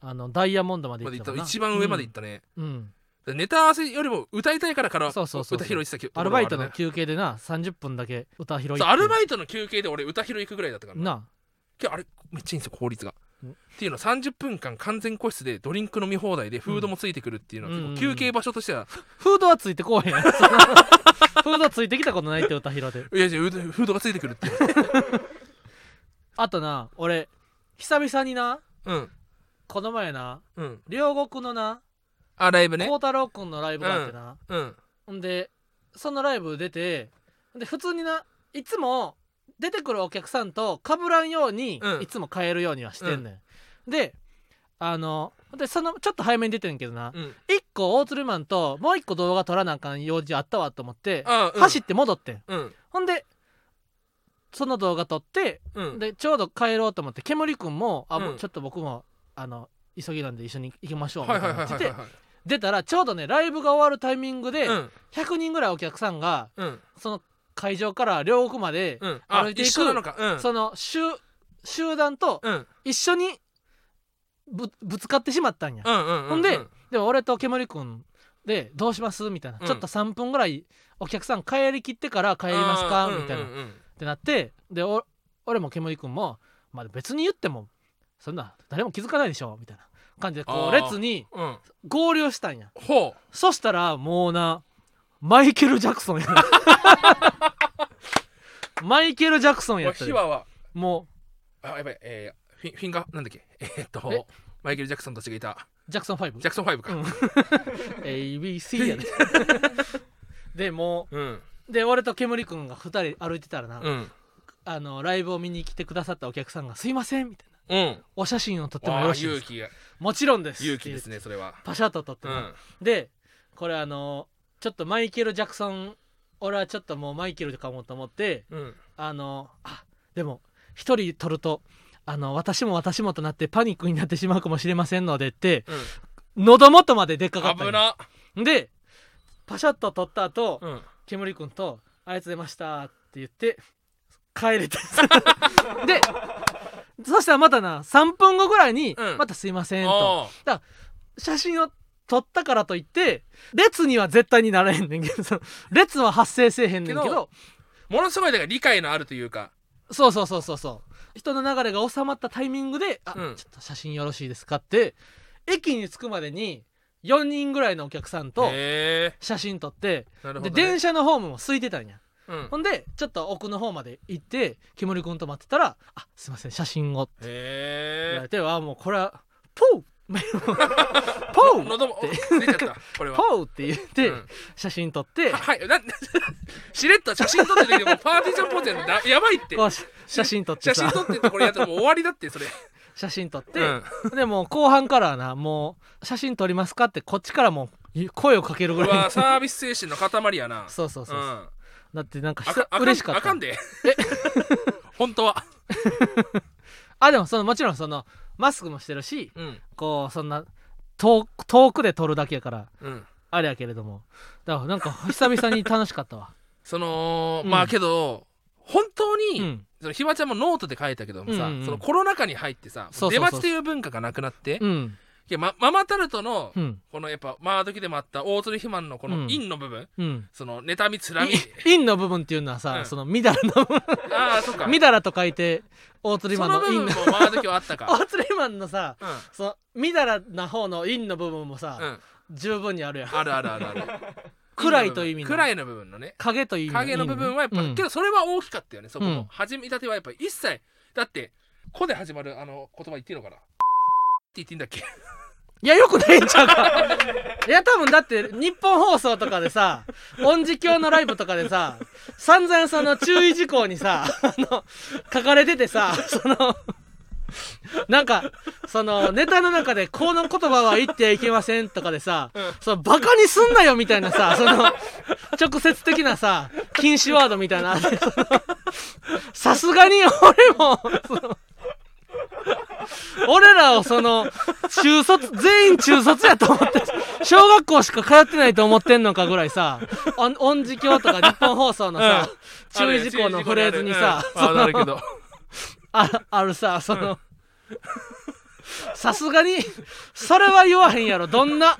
A: あのダイヤモンドまで
B: ま
A: 行
B: で
A: っ
B: 行
A: て
B: ったた
A: もんな
B: 一番上まで行ったね、
A: うん、うん
B: でネタ合わせよりも歌いたいからから
A: そうそうそうそう
B: 歌拾いしてたけど
A: アルバイトの休憩でな30分だけ歌広い
B: そうアル
A: イ
B: バイトの休憩で俺歌拾い行くぐらいだったからな
A: な
B: 今日あれめっちゃいいんですよ効率が
A: うん
B: っていうのは30分間完全個室でドリンク飲み放題でフードもついてくるっていうのは、
A: うん
B: 結構休憩場所としては、
A: フードはついてこうへん フードついてきたことないって歌広で
B: いやいやうフードがついてくるっていう、
A: あとな俺久々にな
B: うん
A: この前な
B: うん、
A: 両国のな
B: あライブね
A: 孝太郎君のライブがあってな、
B: うん
A: んでそのライブ出てで普通にないつも出てくるお客さんと被らんように、
B: うん
A: いつも変えるようにはしてんねん、であのでそのちょっと早めに出てんけどな、
B: うん
A: 一個大鶴マンともう一個動画撮らなあかん用事あったわと思って、
B: あうん
A: 走って戻ってん
B: うん
A: ほんでその動画撮って、
B: うん
A: でちょうど帰ろうと思って煙くんも「あ、もう
B: うん
A: ちょっと僕もあの急ぎなんで一緒に行きましょう」み
B: は
A: た
B: い
A: い
B: はい
A: な
B: はい
A: 感
B: は
A: じ
B: い
A: で
B: は
A: 出たらちょうどねライブが終わるタイミング
B: い
A: で
B: うん
A: 100人ぐらいお客さんが
B: うん
A: その会場から両国まで、
B: うんあ
A: 歩いていく
B: 一緒なのかうん
A: その集集団と
B: うん
A: 一緒にぶぶつかってしまったんや。
B: うんうんう
A: ほんででも俺と煙くんで「どうします?」みたいな、
B: うん
A: ちょっと3分ぐらいお客さん帰りきってから帰りますか
B: あー
A: みたいな、
B: うん
A: っ
B: うんうん
A: てなってでお俺も煙くんも、まあ、別に言ってもそんな誰も気づかないでしょみたいな感じでこ
B: あ
A: う
B: ー
A: 列に
B: うん
A: 合流したんや
B: ほ
A: そしたらもうなマイケル・ジャクソン やマイケル・ジャクソン
B: う
A: や
B: もう
A: った
B: 秘
A: で
B: 話は
A: も
B: あやばいえーフィンフィンガーなんだっけ えーっ
A: え
B: とマイケル・ジャクソンたちがいた
A: うジャクソン5
B: ジャクソン5か
A: ABC やででも
B: うん
A: うで俺と煙くんが2人歩いてたらな、
B: うん
A: あのライブを見に来てくださったお客さんが「すいません」みたいな
B: うん
A: 「お写真を撮ってもよ
B: あ
A: ろ
B: あ
A: しいで
B: 勇
A: すか?」
B: 気が
A: もちろんです
B: 勇気です
A: ね
B: ねそれは
A: パシャッと撮って
B: う
A: な、
B: ん
A: でこれあのちょっとマイケル・ジャクソン俺はちょっともうマイケルかもと思って
B: うん
A: あのあでも一人撮るとあの私も私もとなってパニックになってしまうかもしれませんのでって
B: うん
A: 喉元まで出っかかったん
B: 危
A: よ
B: な
A: でパシャッと撮った後、
B: うん
A: 煙くんと「ありがとうございました」って言って帰 れてでそしたらまたな3分後ぐらいに
B: う
A: 「
B: ん
A: またすいません」と、
B: あ
A: 写真を撮ったからといって列には絶対になれへんねんけどその列は発生せえへんねんけど
B: けどーものすごいだから理解のあるというか
A: そうそうそうそうそう人の流れが収まったタイミングで「あ、
B: うん
A: ちょっと写真よろしいですか?」って駅に着くまでに4人ぐらいのお客さんと
B: へえ
A: 写真撮って、
B: なるほ
A: で
B: どね
A: 電車のホームも空いてたんや。
B: うん
A: ほんでちょっと奥の方まで行って煙くんと待ってたら「あすいません写真を」って言わ
B: へ
A: れてはもうこれは「ポウ! 」 ポ
B: え
A: ウ
B: 喉もお出ちゃったこれは
A: ポウって言って
B: うん
A: 写真撮って、
B: ははいな しれっと写真撮ってる時もパーティーちゃんポーズやんだやばいって
A: こうし写真撮って
B: 写真
A: さ
B: 撮ってってこれやったらもう終わりだってそれ
A: 写真撮って、
B: うん
A: でもう後半からはなもう「写真撮りますか?」ってこっちからもうい声をかける
B: う
A: ぐら
B: わ
A: い
B: サービス精神の塊やな
A: そうそうそうそう、
B: ん
A: だってなんかひ
B: あ
A: さ
B: かあ
A: 嬉しか
B: ん
A: っ
B: あ
A: た
B: かんで 本当は
A: あでもそのもちろんそのマスクもしてるし
B: うん
A: こうそんな遠く遠くで撮るだけやから
B: うん
A: あれやけれどもだからなんか久々に楽しか ったわ
B: その
A: うん
B: まあけど本当
A: う
B: に
A: ん
B: そのひわちゃんもノートで書いたけどもさ
A: うんうんうん
B: そのコロナ禍に入ってさ
A: そうそう
B: 出
A: そう
B: 待ちという文化がなくなって
A: うん
B: いやまママタルトの
A: うん
B: このやっぱまあ時でもあった大鶴肥満のこ
A: うん
B: の陰の部分
A: うん
B: その妬みつらみ
A: い陰の部分っていうのはさ、
B: うん
A: そのみだらの
B: ああそっか
A: みだらと書いて大
B: そ
A: 釣りマン
B: の
A: の
B: 部
A: 陰
B: 分
A: の
B: もまあ時はあった か
A: 大釣りマンのさ
B: うん
A: そのみだらな方の陰の部分もさ、
B: うん
A: 十分にあるやん
B: あるあるあるある
A: 暗いという意味の
B: 暗いの部分のね
A: 影という意味
B: 影の部分はやっぱ、
A: うん
B: けどそれは大きかったよねそこも、
A: うん
B: 始めたてはやっぱ一切だって「こ」で始まるあの言葉言っていいのかなって言っていいんだっけ
A: いやよくないんちゃう かいや多分だって日本放送とかでさ音字教のライブとかでさ散々その注意事項にさあの書かれてて さそのなんかそのネタの中でこの言葉は言ってはいけませんとかでさ、そのバカにすんなよみたいなさその直接的なさ禁止ワードみたい なそのさすがに俺もその俺らをその中卒全員中卒やと思って小学校しか通ってないと思ってんのかぐらいさおん音字教とか日本放送のさ、注意事項のフレーズにさ
B: ある,、うん、あなるけ
A: その
B: ど
A: ああるさそのさすがにそれは言わへんやろどんな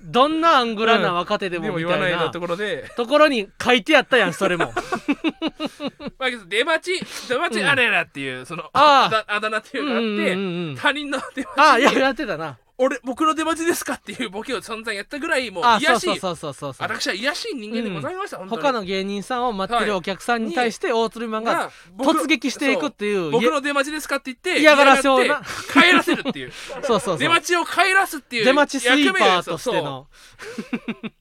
A: どんなアングラな若手で
B: で
A: も
B: も
A: み
B: 言
A: た
B: わ
A: い
B: な
A: ない
B: なところで
A: ところに書いてやったやんそれも
B: まあけど出待ち出待ちあれやなっていうその
A: ああ
B: あだあだ名っていうのがあって、
A: うんうんうんうん
B: 他人の出
A: ああ
B: 待
A: や
B: ちに
A: やってたな
B: 俺僕の出待ちですかっていうボケを散々やったぐらいもう
A: ああ
B: 癒
A: そう
B: やし
A: そう
B: い
A: そうそうそうそう
B: 私は癒やしい人間でございました、本当に
A: 他の芸人さんを待ってるお客さんに対して大鶴マンが
B: が僕
A: 突撃していくっていう
B: そ僕の出待ちですかって言って
A: 嫌がらせをな
B: 嫌がって帰らせるってい う
A: そうそうそう
B: 出待ちを帰らすっていう
A: 出待ちスイーパーとし
B: そう
A: て
B: だか
A: の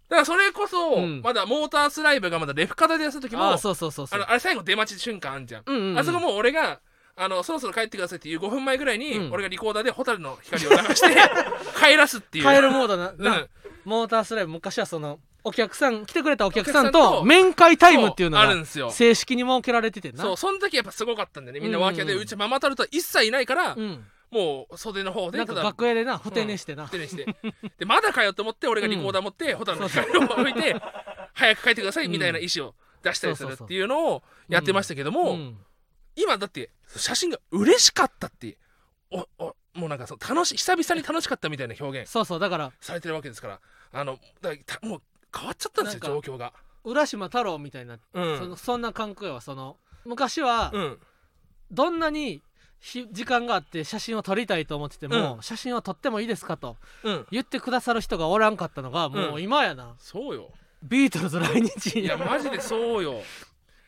B: らそれこそ、
A: うん
B: まだモータースライブがまだレフ方でやった時も
A: ああそうそうそうそ
B: あ
A: う
B: のあれ最後出待ち瞬間あんじゃん,、
A: うんうんうん
B: あそこもう俺があのそろそろ帰ってくださいっていう5分前ぐらいに、
A: うん
B: 俺がリコーダーで蛍の光を流して 帰らすっていう
A: カエルモードな
B: う
A: なんモータースライブ昔はそのお客さん来てくれたお客さん
B: お客さん
A: と
B: と
A: 面会タイムっていうの
B: そうあるんです
A: が
B: よ
A: 正式に設けられててんな
B: そうその時やっぱすごかったんだよねみんな
A: うんうん
B: ワーキャーで、うちママタルトは一切いないから、
A: うん
B: もう袖の方で
A: なんか楽屋でなふて寝してな
B: 手にしてでまだかよと思って俺がリコーダー持って蛍の光を置いて早く帰ってくださいみたいな意思を出したりするっていうのをやってましたけども、
A: うん
B: 今だって写真が嬉しかったっておおもうなんかそう楽し久々に楽しかったみたいな表現
A: そうそうだから
B: されてるわけですからあのだたもう変わっちゃったんですよ
A: な
B: 状
A: ん
B: 況が。
A: 浦島太郎みたいな
B: う
A: そのそんな感覚やわその昔は
B: うん
A: どんなにひ時間があって写真を撮りたいと思ってても、写真を撮ってもいいですかと
B: うん
A: 言ってくださる人がおらんかったのがもう
B: うん
A: 今やな、
B: そうよ
A: ビートルズ来日
B: いやマジでそうよ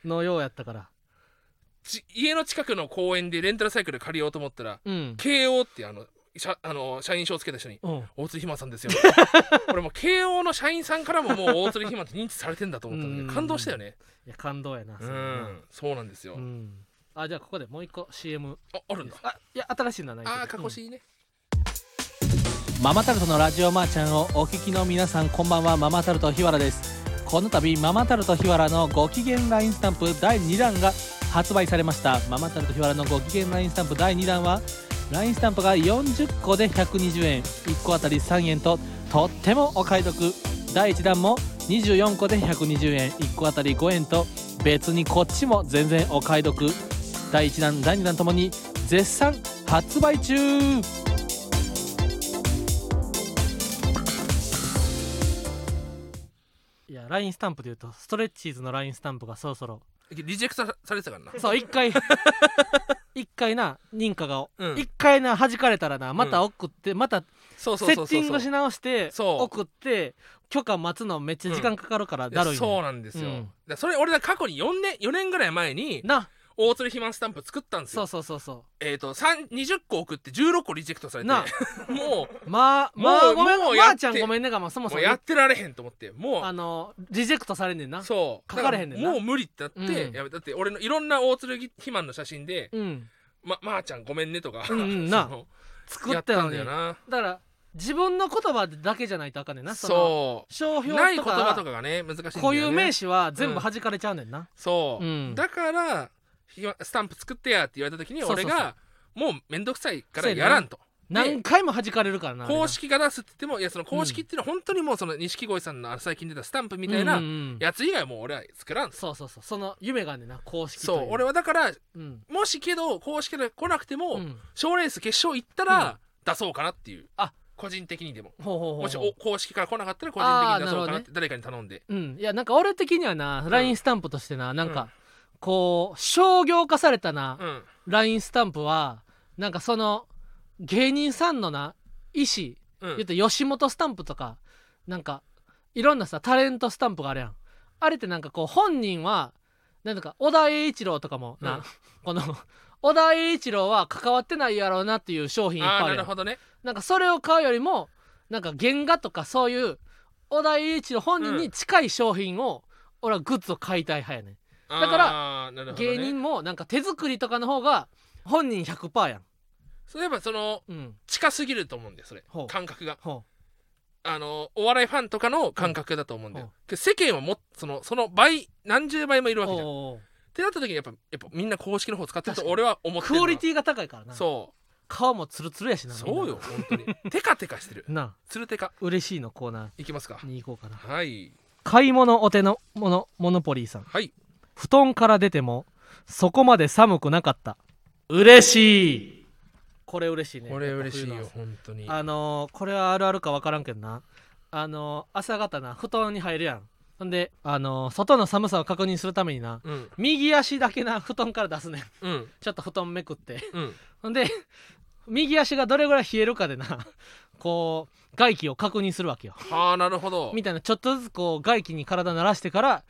A: のようやったから
B: ち家の近くの公園でレンタルサイクル借りようと思ったら
A: うん、
B: 慶応ってあの社あの社員証つけた人に
A: うん、
B: 大鶴ひまさん ですよこれもう慶応の社員さんからももう大鶴ひまって認知されてんだと思ったんだけ
A: う
B: ど
A: ん
B: 感動したよね
A: いや感動やな
B: う
A: それはなん
B: そうなんですよ、
A: うんあじゃあここでもう一個 CM
B: ああるんだ
A: あいや新しいのはないけど
B: ああかこしいね、
C: ママタルトのラジオマーちゃんをお聞きの皆さんこんばんはママタルト日原ですこの度ママタルト日原のご機嫌 LINE スタンプ第2弾が発売されましたママタルト日原のご機嫌 LINE スタンプ第2弾は LINE スタンプが40個で120円1個あたり3円ととってもお買い得第1弾も24個で120円1個あたり5円と別にこっちも全然お買い得第1弾第2弾ともに絶賛発売中
A: いや LINE スタンプでいうとストレッチーズの LINE スタンプがそろ そろ
B: リジェクトされてたからな
A: そう一回 一回な認可が
B: うん
A: 一回な弾かれたらなまた送って、また
B: そうそう
A: セ
B: そ
A: ッ
B: う
A: テ
B: そう
A: ィングし直して
B: そう
A: 送って許可待つのめっちゃ時間かかるから
B: い
A: だ
B: や
A: るいね
B: そうなんですよ、
A: うん
B: だからそれ俺ら過去に4年4年ぐらい前に
A: な
B: 大鶴ひまスタンプ作ったんです
A: そう
B: よ
A: そうそうそ
B: えっ、ー、と3 20個送って16個リジェクトされて
A: な
B: も
A: うまあまあ
B: もう
A: ごめん
B: もうや
A: ま
B: って
A: あちゃんごめんねがまあそも
B: う
A: そ
B: も
A: も
B: うやってられへんと思ってもう
A: あのリジェクトされんねんな
B: そう
A: 書かれへんねんな
B: だらもう無理ってなって、
A: うん
B: やめだって俺のいろんな大鶴ひまんの写真で
A: うん
B: 「ままー、ちゃんごめんね」とか、
A: うん うんな
B: その
A: 作
B: や
A: っ
B: ったた
A: の
B: んだ
A: に
B: よ
A: だか
B: な
A: ら自分の言葉だけじゃないとあかんねんなの
B: そ
A: 商
B: う
A: 標
B: ない
A: と
B: 言
A: か
B: 葉とかがね難しいんだよね
A: 固有名詞は全
B: う
A: 部
B: ん
A: 弾かれちゃうねんな、
B: そう、
A: うん
B: だからひわスタンプ作ってやって言われた時に
A: そうそう
B: 俺
A: そう
B: がもうめんどくさいか
A: そう
B: ら
A: やな
B: やらんと
A: 何回も弾かれるからなあれな
B: 公式が出すって言ってもいやその公式っていうのは本当にもうその錦鯉さんのあの最近出たスタンプみたい
A: うんう
B: なん
A: うん
B: やつ以外はもう俺は作らん
A: そうそうそうその夢があんねんな公式とい
B: そう俺
A: は、
B: はだから
A: うん
B: もしけど公式で来なくても、
A: うん
B: 賞レース決勝行ったら出そうかなっていう、
A: あ
B: 個人的にでも
A: ほうほうほう
B: もしお公式から来なかったら個人的に出そうかなって誰かに頼んで
A: うん、いやなんか俺的にはな LINE スタンプとしてな、なん
B: うん
A: かこう商業化されたな
B: う、ん
A: LINE スタンプはなんかその芸人さんのな意思
B: うん
A: 言って吉本スタンプとかなんかいろんなさタレントスタンプがあるやんあれってなんかこう本人はなんだか小田栄一郎とかもな、
B: うん
A: この 小田栄一郎は関わってないやろうなっていう商品いっぱい
B: ああ
A: あ
B: な
A: るや
B: る
A: ん
B: ほどね
A: なんかそれを買うよりもなんか原画とかそういう小田栄一の本人に近い商品を、俺はグッズを買いたい派やねだ
B: ら
A: ん芸人もなんか手作りとかの方が本人100%やん
B: そういえばその
A: うん
B: 近すぎると思うんだよそれ
A: ほう
B: 感覚が
A: ほ
B: あのお笑いファンとかの感覚だと思うんだよ
A: ほ
B: けど世間はもっそのその倍何十倍もいる
A: う
B: わけじゃんっ
A: おうおう
B: てなった時にやっぱやっぱみんな公式の方使ってると
A: 確かに
B: 俺は思って
A: クオリテ
B: ィ
A: ィが高いからな
B: そ
A: 皮もツルツルやしな
B: そうよ本当にテカテカしてる
A: みんななあ
B: つるテカ
A: 嬉しいのコーナ
B: いきますか
A: ーに行こうかな
B: はい
A: 買い物お手のものモノポリーさん
B: はい
A: 布団から出てもそこまで寒くなかった嬉しいこれ嬉しいね
B: これ嬉しい
A: やっ
B: よ
A: ぱ
B: 本当に
A: 冬の朝あのーこれはあるあるか分からんけどなあのー朝方な布団に入るやんほんであのー外の寒さを確認するためにな
B: うん
A: 右足だけな布団から出すねん
B: うん
A: ちょっと布団めくって
B: うん
A: ほんで右足がどれぐらい冷えるかでなこう外気を確認するわけよ
B: はあなるほど
A: みたいなちょっとずつこう外気に体慣らしてから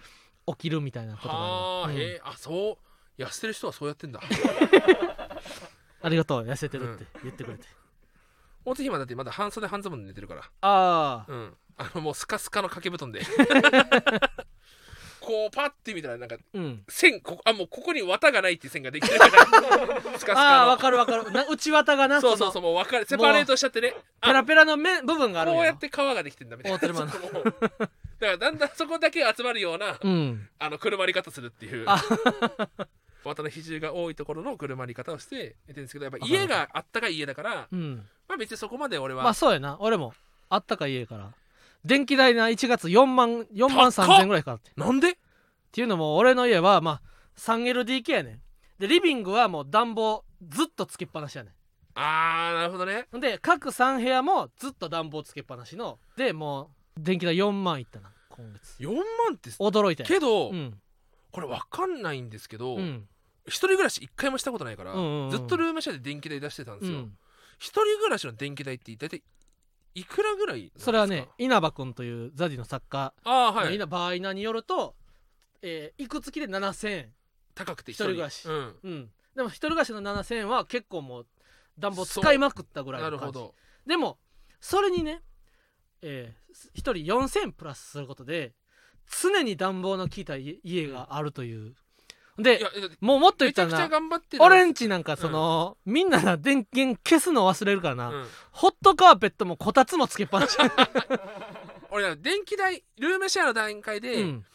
A: 起きるみたいなことが
B: は
A: あ
B: あ
A: る、うん
B: へえあそう痩せてる人はそう やってんだ
A: ありがとう痩せてるって言ってくれて、
B: 大津ひまだってまだ半袖半ズボンで寝てるから
A: ああ
B: うんあのもうスカスカの掛け布団 でこうパッて見たらなんか
A: うん
B: 線こあもうここに綿がないっていう線ができてるか らスカス
A: ああ
B: カ
A: わかるわかるな内綿がな
B: のそうそうそううもう分かれセパレートしちゃってね
A: ペラペラの面部分があるん
B: こう
A: よ
B: やって皮ができてんだみたいな
A: 大手間の
B: ちょっともうだからだんだんそこだけ集まるような
A: うん
B: あのくるまり方するっていう
A: あ
B: 綿の比重が多いところのくるまり方をして寝てるんですけどやっぱ家があったかい家だから
A: うん
B: まあ別にそこまで俺は、
A: まあそうやな俺もあったかい家から電気代な1月4万4万3千ぐらいかかってっ
B: なんで
A: ていうのも俺の家はまあ 3LDK やねんでリビングはもう暖房ずっとつけっぱなしやねん
B: あーなるほどね
A: ほんで各3部屋もずっと暖房つけっぱなしのでもう電気代4万いったな今月
B: 4万って
A: 驚いたよ
B: けど、
A: うん
B: これ分かんないんですけど、
A: うん
B: 一人暮らし一回もしたことないから、
A: うんうんうん
B: ずっとルームシェアで電気代出してたんで
A: う
B: すよ、
A: ん
B: 一人暮らしの電気代って大体いくらぐらいなんですか
A: それはね稲葉君というザジの作家
B: ああ
A: の、
B: はい
A: 稲場合なによると、えー、いくつきで7000円
B: 高くて
A: 一人暮らし
B: うん
A: うんでも一人暮らしの7000円は結構もう暖房使いまくったぐらい
B: な
A: の
B: るほ
A: 感じ
B: ど
A: でもそれにね、えー、1人4000円プラスすることで常に暖房の効いた家家があるという、
B: い
A: で
B: やえ
A: もうもっと言っ
B: めち
A: た
B: ゃくち
A: ら
B: ゃ
A: な
B: 頑張ってる
A: 俺んちなんかその、みんなな電源消すの忘れるからな、
B: うん
A: ホットカーペットもこたつもつけっぱなし、
B: 俺なんか電気代ルームシェアの段階で、
A: うん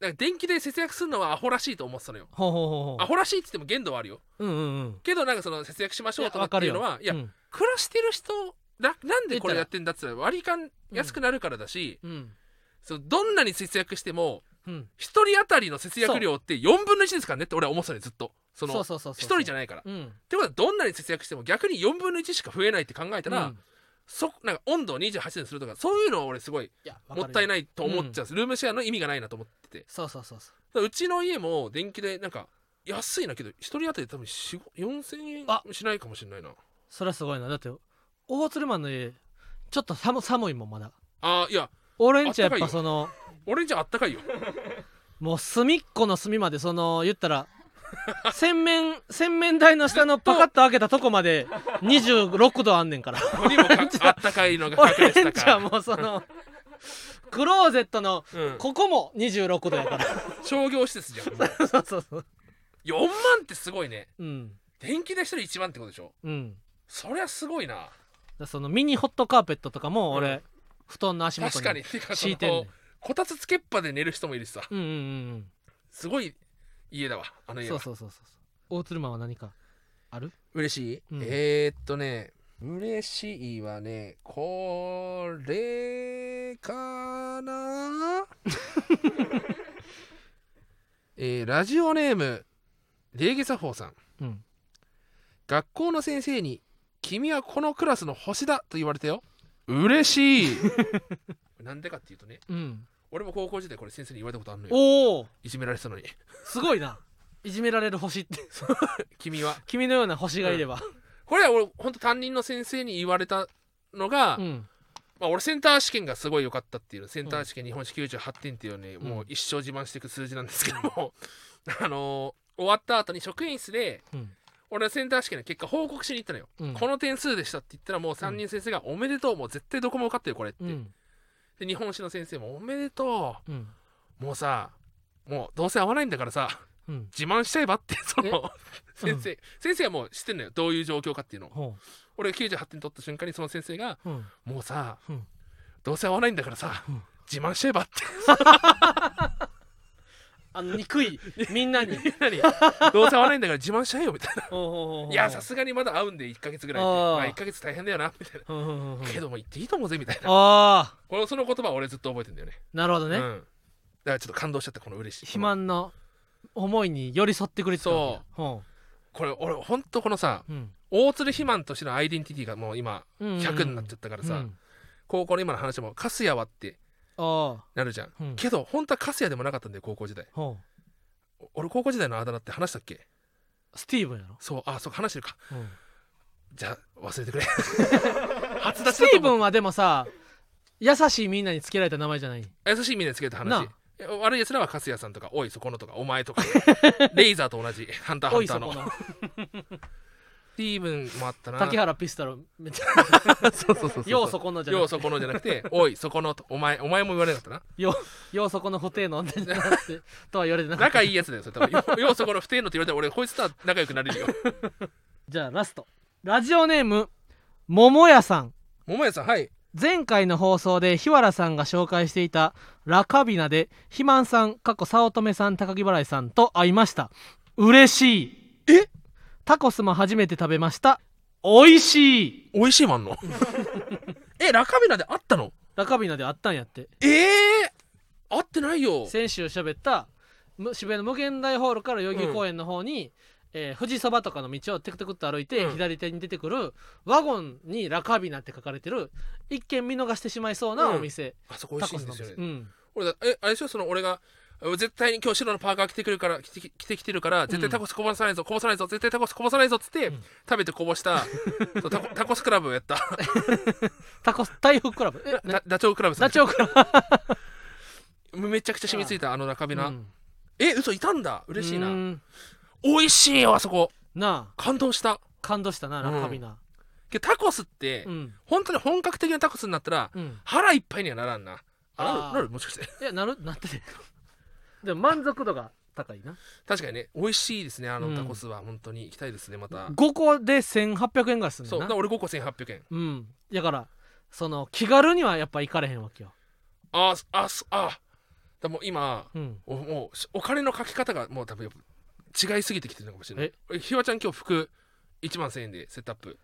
B: なんか電気代節約するのはアホらしいと思ってたのよ
A: ほうほうほう
B: ア
A: ほ
B: ホらしいって言っても限度はあるよ
A: ううんうんうん
B: けどなんかその節約しましょうとか
A: わ
B: っていうのはいや
A: うん
B: 暮らしてる人ななんでこ
A: 言ったら
B: れやってんだっつったら割り勘安くなるからだし、
A: うん
B: そのどんなに節約しても
A: うん
B: 一人当たりの節約量って4分の1ですからねって俺は思ってたのよずっと
A: そ
B: そ
A: う
B: の
A: そうそうそう
B: 一人じゃ
A: ない
B: ないからっ
A: うん
B: てことはどんなに節約しても逆に4分の1しか増えないって考えたら、
A: うん
B: そなんか温度を28度にするとかそういうのは俺すごい
A: いやわかる
B: も
A: よ
B: ったいないと思っちゃうんです、ルームシェアの意味がないなと思っててだか
A: そうそうそうそう
B: らうちの家も電気でなんか安いなけど一人当たり多分4 4000
A: あ
B: 円しないかもしれないな
A: それはすごいなだって大鶴マンの家ちょっと寒寒いもんまだ
B: あーいや
A: 俺んちはやっ
B: あ
A: ぱ
B: ったかいよ
A: その
B: 俺んちゃあったかいよ
A: もう隅っこの隅までその言ったら 洗面洗面台の下のパカッと開けたとこまで26度あんねんから
B: ここ にもかあったかいのが隠れ
A: 俺
B: て
A: ん
B: た
A: ちは
B: か
A: もうそ のクローゼットの
B: ら、うん、
A: ここも26度やから
B: 商業施設じゃんもう
A: そうそうそう
B: 4万ってすごいね
A: うん
B: 電気代一人1万ってことでしょ
A: うんだか
B: そりゃすごいな
A: らそのミニホットカーペットとかも俺、
B: うん
A: 布団の足元
B: 確かに
A: に
B: てかそ
A: 敷いてんね
B: の
A: ん
B: こたつつけっぱで寝る人もいるしさ
A: うんうんうん
B: すごい家だわあの
A: うん
B: 家
A: そ
B: は
A: うそうそうそう大鶴マンは何かある
B: 嬉しい、
A: うん
B: えー、っとね嬉しいはねこれかな えー、ラジオネーム礼儀作法さん
A: うん
B: 学校の先生に「君はこのクラスの星だ」と言われたよ嬉しい なんでかっていうとね
A: うん
B: 俺も高校時代これ先生に言われたことあるのよ
A: おお
B: いじめられてたのに
A: すごいないじめられる星って
B: 君は
A: 君のような星がいれば
B: これは俺ほんと担任の先生に言われたのが、
A: うん
B: まあ、俺センター試験がすごい良かったっていうセンター試験日本史98点っていうね、
A: ん
B: もう一生自慢していく数字なんですけども あのー終わった後に職員室で
A: うん
B: 俺はセンター試験の結果報告しに行ったのよ、
A: うん
B: この点数でしたって言ったらもう担任先生が「おめでとうもう絶対どこも受かってるこれ」って、
A: うん
B: で日本史の先生も「おめでと
A: うん
B: うもうさもうどうせ合わないんだからさ
A: うん
B: 自慢しちゃえば」ってその
A: うん
B: 先生、先生はもう知ってんのよどういう状況かっていうのを
A: ほ
B: 俺が98点取った瞬間にその先生が
A: ううん
B: 「もうさ、
A: うん
B: どうせ合わないんだからさ、
A: うん
B: 自慢しちゃえば」って
A: あの憎い みんなに
B: 何どうせ合わないんだから自 慢しちゃえよみたいな
A: おうおうおうおう
B: いやさすがにまだ会うんで1ヶ月ぐらい
A: あー
B: まあ1ヶ月大変だよなみたい
A: うんうんうんうん
B: なけども行っていいと思うぜみたいな
A: ああ
B: このその言葉俺ずっと覚えてんだよね
A: なるほどね、
B: うんだからちょっと感動しちゃったこの嬉しい
A: 肥満の思いに寄り添ってくれてたわけだ
B: これ俺ほんとこのさ
A: うん
B: 大鶴肥満としてのアイデンティティがもう今
A: うんうんうん
B: 100になっちゃったから
A: う
B: さ
A: ん
B: 高校の今の話も「カスヤは」って
A: ああ
B: なるじゃん
A: うん
B: けど本当はカスヤでもなかったんだよ高校時代
A: ほ
B: お俺高校時代のあだ名って話したっけ
A: うスティーブンやろ、
B: そうあそうか話してるか
A: うん
B: じゃあ忘れてくれ初出し
A: ス
B: だ
A: ティ
B: と
A: ーブ
B: 思う
A: ンはでもさ優しいみんなにつけられた名前じゃない
B: 優しいみんなにつけた
A: な
B: 話
A: あ
B: いや悪い奴らはカスヤさんとかおいそこのとかお前 とかレイザーと同じハンターハ
A: お
B: ン
A: い
B: ター
A: そ
B: の
A: この
B: スティーブンもあったな
A: 竹原ピストルめっ ちゃ
B: そうそうそうそう
A: ようそこのじゃな
B: よう
A: くて
B: そこのじゃなくておいそこのとお前お前も言われなかったな
A: よようそこの固定のじゃなくてとは言われてなかった
B: 仲いいやつだよそれ多分よようそこの不定のって言われたら俺こいつとは仲良くなれるよ
A: じゃあラストラジオネーム桃屋さん
B: 桃屋さんはい
A: 前回の放送で日原さんが紹介していたラカビナで肥満さん過去早乙女さん高木払いさんと会いました嬉しいえタコスも初めて食べました美味しい
B: 美味しいも んのえラカビナで会ったの
A: ラカビナで会ったんやって
B: ええ会ってないよ
A: 先週喋ったむ渋谷の無限大ホールから代々木公園の方に、えー富士そばとかの道をテクテクっと歩いて、
B: うん
A: 左手に出てくるワゴンにラカビナって書かれてる一見見逃してしまいそうなお店、
B: あそこ美
A: タ
B: 味し
A: コスの
B: いんで
A: お
B: す
A: 店
B: よね、
A: うん
B: 俺だえあれでしょその俺が絶対に今日白のパーカー着てくるから着てき着てきてるから絶対タコスこぼさないぞ、こぼさないぞ絶対タコスこぼさないぞっつって、食べてこぼした そうタコタコスクラブをやった
A: タコス台風クラブえな
B: ダダチョウクラブさ
A: ダ
B: ん
A: チョウクラブ
B: めちゃくちゃ染みついたあの中身な、
A: うん
B: え嘘いたんだ嬉しいうなん美味しいよあそこ
A: なあ
B: 感動した
A: 感動したなラカビナ
B: けどタコスって、
A: うん
B: 本当に本格的なタコスになったら、
A: うん
B: 腹いっぱいにはならんなあな
A: あー
B: るなるもしかして
A: いやなるな っててでも満足度が高いな
B: 確かにね美味しいですねあ
A: う
B: の
A: ん
B: タコスは、本当に行きたいですねまた
A: 5個で1800円ぐらいするん
B: そう
A: だ
B: だ
A: な
B: から俺5個1800円
A: うんだからその気軽にはやっぱ行かれへんわけよ
B: あーあそあでもう今
A: うん
B: おもうしお金のかけ方がもう多分違いすぎてきてるのかもしれない俺ひわちゃん今日服1万1000円でセットアップ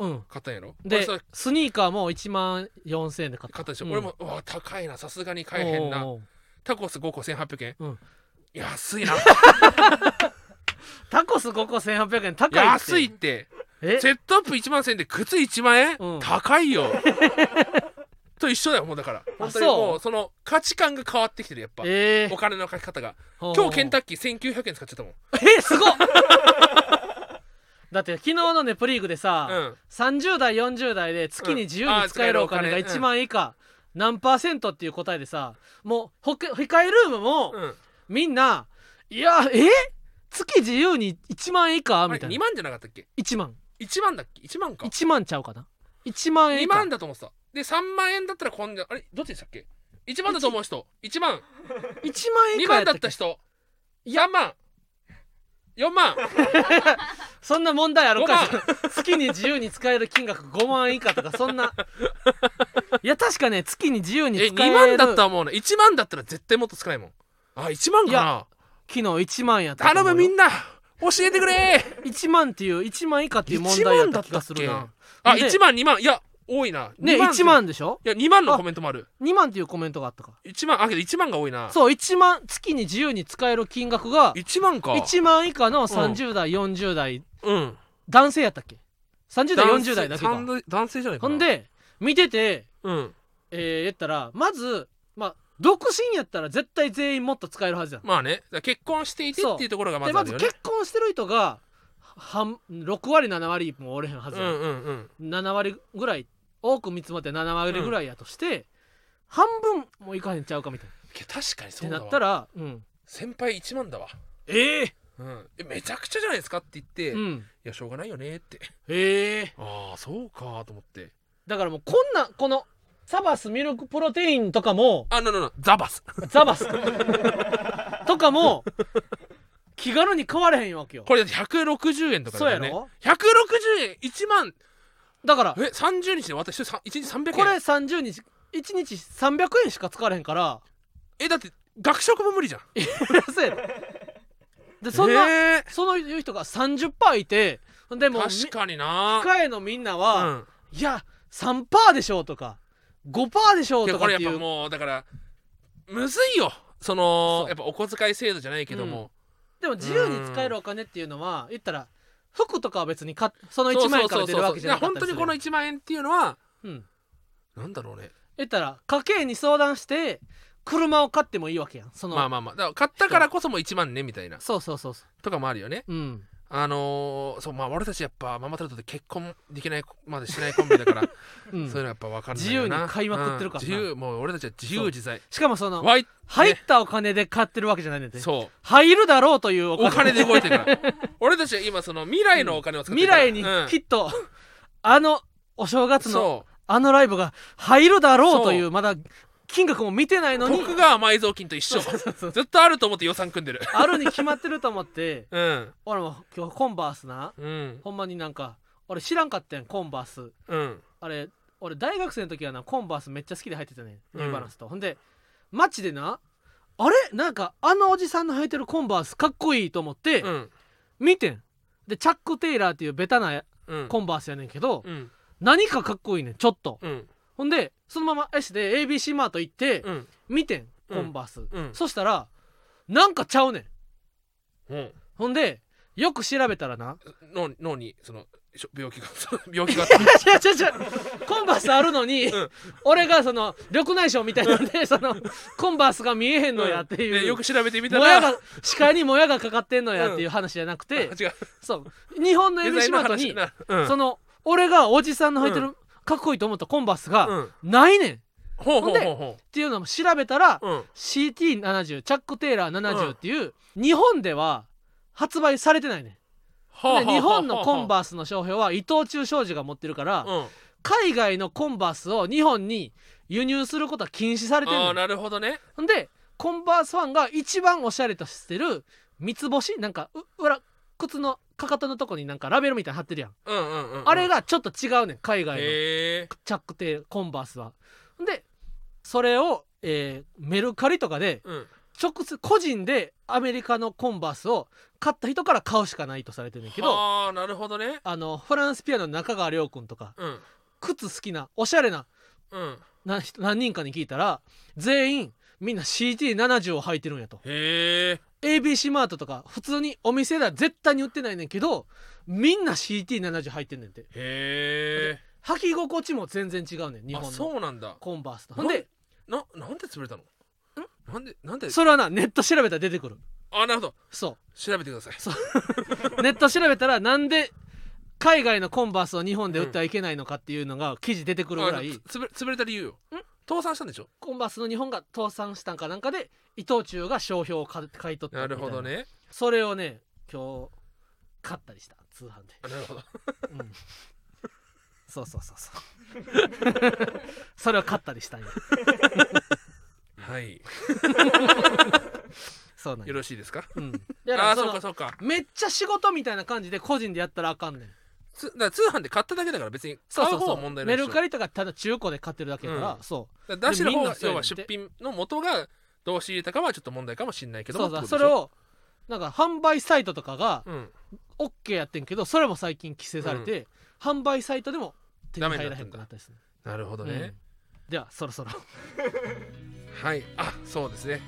A: うん
B: 買ったんやろ俺
A: で
B: それ
A: スニーカーも1万4000円で買った
B: 買ったでしょ、
A: うん
B: 俺もうわ高いなさすがに買えへんな
A: おうおう
B: タコス5個1800円、
A: うん
B: 安 いな
A: タコス5個1800円高いって
B: 安いって
A: え
B: セットアップ1万1000円で靴1万円、
A: うん
B: 高いよと一緒だよもうだから本当に
A: そう
B: もうその価値観が変わってきてるやっぱ
A: え
B: お金のかけ方が
A: 今
B: 今日ケンタッキー1900円使っちゃったもん
A: えすごっ だって昨日のネプリーグでさ、
B: うん
A: 30代40代で月に自由に使えるお金が
B: うんあー使
A: 1
B: えるお金
A: 万以下、何パーセントっていう答えでさもうほけ控えルームも
B: うん
A: みんな「いやえ月自由に1万以下?」
B: あ
A: み
B: れ
A: た
B: 2
A: いな
B: 万じゃなかったっけ
A: 1万
B: 1万だっけ1万か
A: 1万ちゃうかな1万円以
B: 2
A: 下
B: 万だと思ってたで3万円だったらこんなあれどっちでしたっけ1万だと思う人1万
A: 1万円以下
B: 2
A: や
B: 万
A: った
B: だっ
A: ったけ
B: 人3万4万
A: そんな問題あるか
B: 5万
A: 月に自由に使える金額5万円以下とかそんないや確かね月に自由に
B: え
A: 使え
B: 2
A: る
B: 万だったらもうね1万だったら絶対もっと少ないもんあ1万
A: い
B: か
A: や昨日1万やっ
B: な
A: たと
B: 頼
A: 思う
B: む
A: よ
B: みんな教えて くれ
A: 1万っていう1万以下っていう問
B: 1
A: 題やっ
B: 万だ
A: た
B: っ
A: 気
B: た
A: が
B: っ
A: する
B: け
A: な
B: あ1
A: で
B: 万2万いや多いな
A: ね
B: 2
A: 1万でしょ
B: いや2万のコメントもある
A: 2万っていうコメントがあったか
B: 1万あけど1万が多いな
A: そう1万月に自由に使える金額が
B: 1万か
A: 1万以下の30代40代
B: うん
A: 男性やったっけ30代40代だけか
B: 男性男性じゃないか
A: ほ
B: なん
A: で見てて
B: うん
A: えー、やったらまずまあ独身やったら絶対全員もっと使えるはずやん
B: まあねだから結婚していてっていうところがま
A: で
B: ずあ
A: ま
B: る
A: ず
B: よね
A: 結婚してる人が半6割7割もおれへんはず
B: う
A: やん
B: んうんうん
A: 7割ぐらい多く見積もって7割ぐらいやとして、半分もいかへんちゃうかみたいなっ
B: け確かにそ
A: て
B: うだ
A: な
B: わ
A: ったら、うん、
B: 先輩1万だわ、
A: ええ
B: うん、えめちゃくちゃじゃないですかって言って、
A: う
B: い
A: ん
B: やしょうがないよねって
A: ええ
B: ああそうかと思って
A: だからもうこんなこのサバスミルクプロテインとか も
B: あなななザバス
A: ザバスとかも気軽に買われへんわけよ
B: これだって160円とかだからね
A: そう
B: 160円1万
A: だから
B: え30日で私1日300円
A: これ30日1日300円しか使われへんから
B: えだって学食も無理じゃん
A: そうやろでそんな、
B: え
A: その人が30%いてでも
B: ー確かにな
A: 控えのみんな
B: う
A: は、
B: ん
A: いや3%でしょうとか5%でしょう
B: いや
A: とか
B: こ
A: って
B: れ
A: い
B: や
A: う
B: っぱもうだからむずいよその
A: そう
B: やっぱお小遣い制度じゃないけども、
A: でも自由に使えるお金っていうのは言ったら服とかは別に買っその1万円から出るわけじゃな
B: だか
A: からっ
B: 本
A: た
B: 当
A: りす
B: に
A: る
B: この1万円っていうのは
A: うん、
B: なんだろうね
A: 言ったら家計に相談して車を買ってもいいわけやんその、
B: まあまあまあだから買ったからこそもう1万ねみたいな
A: そうそうそうそ
B: とかもあるよね
A: ううん
B: あのーそうまあ俺たちやっぱママタルトで結婚できないまでしてないコンビだから、
A: うん
B: そういうのやっぱ分かんないよな
A: 自由に買いまくってるから
B: うん
A: な
B: 自由もう俺たちは自由自在
A: しかもその
B: わい
A: 入っ
B: ね
A: たお金で買ってるわけじゃないねんで
B: そう
A: 入るだろうというお金
B: お金で動いてるから 俺たちは今その未来のお金を使って
A: 未
B: るから
A: 来にきっと、あのお正
B: う
A: 月
B: ん
A: の
B: そう
A: あのライブが入るだろうとい
B: そう
A: まだ金額も見てないのに
B: 徳川埋蔵金と一緒ずっとあると思って予算組んでる
A: あるに決まってると思って
B: うん
A: 俺も今日コンバースな
B: うん
A: ほんまになんか俺知らんかったやんコンバース
B: うん
A: あれ俺大学生の時はなコンバースめっちゃ好きで履いてたね
B: うん
A: ニューバランスと、ほんで街でなあれなんかあのおじさんの履いてるコンバースかっこいいと思って、
B: うん
A: 見てんでチャック・テイラーっていうベタな
B: うん
A: コンバースやねんけど、
B: うん
A: 何かかっこいいねんちょっと、
B: うん
A: ほんでそのまま S で ABC マート行って、
B: うん
A: 見てん
B: うん
A: コンバース、
B: うん
A: そしたらなんかちゃうねん
B: うん
A: ほんでよく調べたらな
B: 脳に脳にそのしょ病気が その病気が
A: 違う違う違うコンバースあるのに、
B: ん
A: 俺がその緑内障みたいなんで、そのコンバースが見えへんのやって
B: うん
A: いう、
B: でよく調べてみた
A: もや
B: らあ
A: が視界にもやがかかってんのやっていう話じゃなくて、
B: 違うデ
A: そう日本の
B: ザ
A: ABC
B: インの
A: マートに
B: 話、なうん
A: その俺がおじさんの履いてる、
B: う
A: かっこいいと思ったコンバースが、
B: うん
A: ないねんっ
B: ほうほ
A: ほ
B: うん
A: で
B: ほうほ
A: ていうのも調べたら、
B: ううん
A: CT70 チャック・テイラー
B: うん
A: 70っていう、日本では発売されてないね
B: はあはあ
A: で
B: はあ
A: 日本のコンバースの商標は伊藤忠商事が持ってるから、
B: うんあ
A: 海外のコンバースを日本に輸入することは禁止されてる
B: あー
A: の
B: なるほどね
A: ほんでコンバースファンが一番おしゃれとしてる三つ星なんかう裏靴のかかとのとこになんかラベルみたいに貼ってるやん、
B: うんうんうん
A: あれがちょっと違うねん海外の
B: へえ
A: チャック・テイラーコンバースは。ほんでそれを、えーメルカリとかで
B: うん
A: 直接個人でアメリカのコンバースを買った人から買うしかないとされてるんだけど
B: ああなるほどね
A: あのフランスピアノの中川亮君とか
B: うん
A: 靴好きなおしゃれな
B: うん
A: な人何人かに聞いたら全員みんな CT70 を履いてるんやと
B: へえ
A: ABC マートとか普通にお店では絶対に売ってないねんけどみんな CT70 履いてんねんて
B: へ
A: 履き心地も全然違うねん日
B: えあ
A: 本
B: そ
A: の
B: うなんだ
A: コンバースとほんで
B: ななんで潰れたのなんでなんで
A: それはなネット調べたら出てくる
B: あなるほど
A: そう
B: 調べてください
A: ネット調べたらなんで海外のコンバースを日本で売ってはいけないのかっていうのが記事出てくるぐらい、
B: あのつぶれ潰れた理由よ倒産したんでしょ
A: コンバースの日本が倒産したんかなんかで伊藤忠が商標を買買い取った
B: な
A: みた
B: る
A: い
B: ほどね
A: それをね今日買ったりした通販で、
B: あなるほど
A: うん、 そうそうそうそう それを買ったりしたんや
B: はい
A: そうなん
B: よ
A: や、
B: ろしいですか
A: うん、
B: あ
A: だから
B: ー
A: そ
B: そう
A: の
B: かそうか
A: めっちゃ仕事みたいな感じで個人でやったらあかんねん
B: つだから通販で買っただけだから別に
A: そ
B: 買
A: うそうう
B: 方
A: そ
B: は
A: う
B: 問題な
A: メ
B: いでしょ
A: ルカリとかただ中古で買ってるだけやから、
B: うん
A: そう
B: だから出してる方
A: みん
B: が
A: なそう
B: 要
A: やねん
B: は
A: て
B: 出品の元がどう仕入れたかはちょっと問題かもしれないけども
A: そうだ
B: って
A: そ
B: こ
A: れ
B: とでしょ
A: をなんか販売サイトとかが
B: うん、
A: OK やってんけどそれも最近規制されて、販売サイトでも手に入らへんくなったりする
B: なるほど
A: うん
B: ね、
A: ではそろそろ
B: はいあそうですね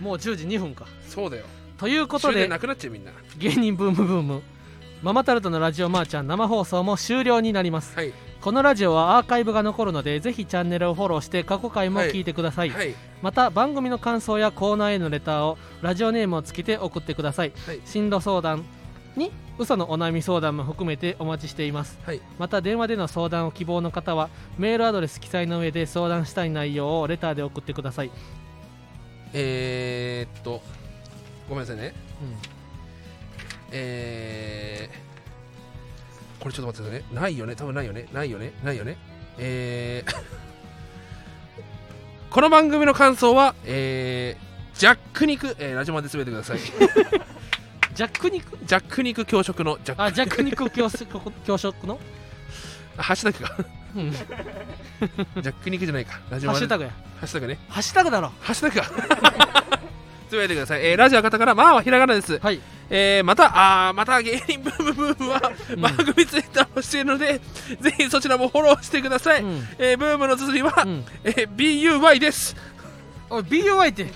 A: もう10時2分か
B: そうだよ
A: ということ
B: 終電
A: で
B: なくなっちゃうみんな
A: 芸人ブームブームママタルトのラジオマーちゃん生放送も終了になります
B: はい
A: このラジオはアーカイブが残るのでぜひチャンネルをフォローして過去回も聞いてください、
B: はい
A: また番組の感想やコーナーへのレターをラジオネームをつけて送ってください、
B: はい
A: 進路相談に嘘のお悩み相談も含めてお待ちしています、
B: はい
A: また電話での相談を希望の方はメールアドレス記載の上で相談したい内容をレターで送ってください、
B: えー、っとごめんなさいね
A: う
B: えー、これちょっと待ってくださいね。ないよね。多分ないよね。ないよね。ないよね。えー、 この番組の感想は、えー、ジャック肉、えー、ラジオまで詰めて ください。
A: ん、ジャック肉
B: ジャック肉教食のジャッ
A: あジャック肉教食教食の
B: ク、ハッシュタグが
A: うん
B: ジャックニケじゃないか。ラジオ
A: ハッシ
B: マネ
A: ュタグや
B: ハッシュタグね。
A: ハッシュタグだろ
B: ハッシュタグか。 つぶやいてください。えーラジオ博多から、まあはひらがなです。
A: はい
B: えーまた、あーまた芸人ブームブームは
A: ん
B: 番組ツイッターをしているので、ぜひそちらもフォローしてください。
A: うん
B: えーブームの綴りは、
A: うん
B: えー BUY です。
A: おい BUI って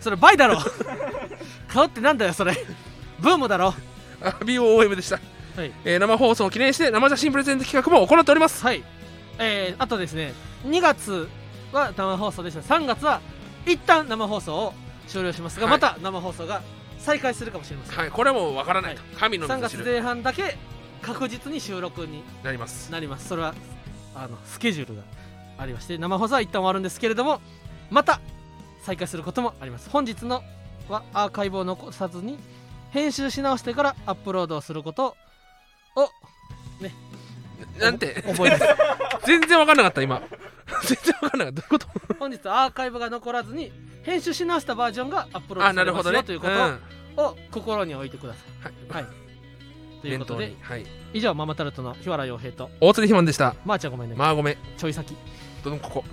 A: それ倍だ ろ顔ってなんだよそれブームだろ
B: あ BOM でした、
A: はい
B: えー生放送を記念して生写真プレゼント企画も行っております。
A: はいえー、あとですね2月は生放送でした3月は一旦生放送を終了しますが、
B: はい
A: また生放送が再開するかもしれません、
B: はい、これはもうわからないと。神の
A: 3
B: 道
A: 月
B: 知る
A: 前半だけ確実に収録に
B: なります。
A: なりますそれはあのスケジュールがありまして生放送は一旦終わるんですけれどもまた再開することもあります本日のはアーカイブを残さずに編集し直してからアップロードをすることを
B: なんて、
A: 覚え てます
B: 全然わかんなかった、今。 全然わかんなかった。どういうこと
A: 本日はアーカイブが残らずに編集し直したバージョンがアップロー
B: あ、
A: ドさ
B: な
A: れ
B: る
A: ま
B: ほ
A: す
B: ど
A: よ、
B: ね。
A: という
B: うんは
A: ことを心に置いてください、はい、
B: い、
A: ということ
B: 念
A: で
B: 頭にはい。
A: 以上ママタルトの日原洋平と
B: 大鶴ひまんでした。
A: まー、ちゃんごめんね、
B: まあごめん。
A: ちょい先
B: どんここ。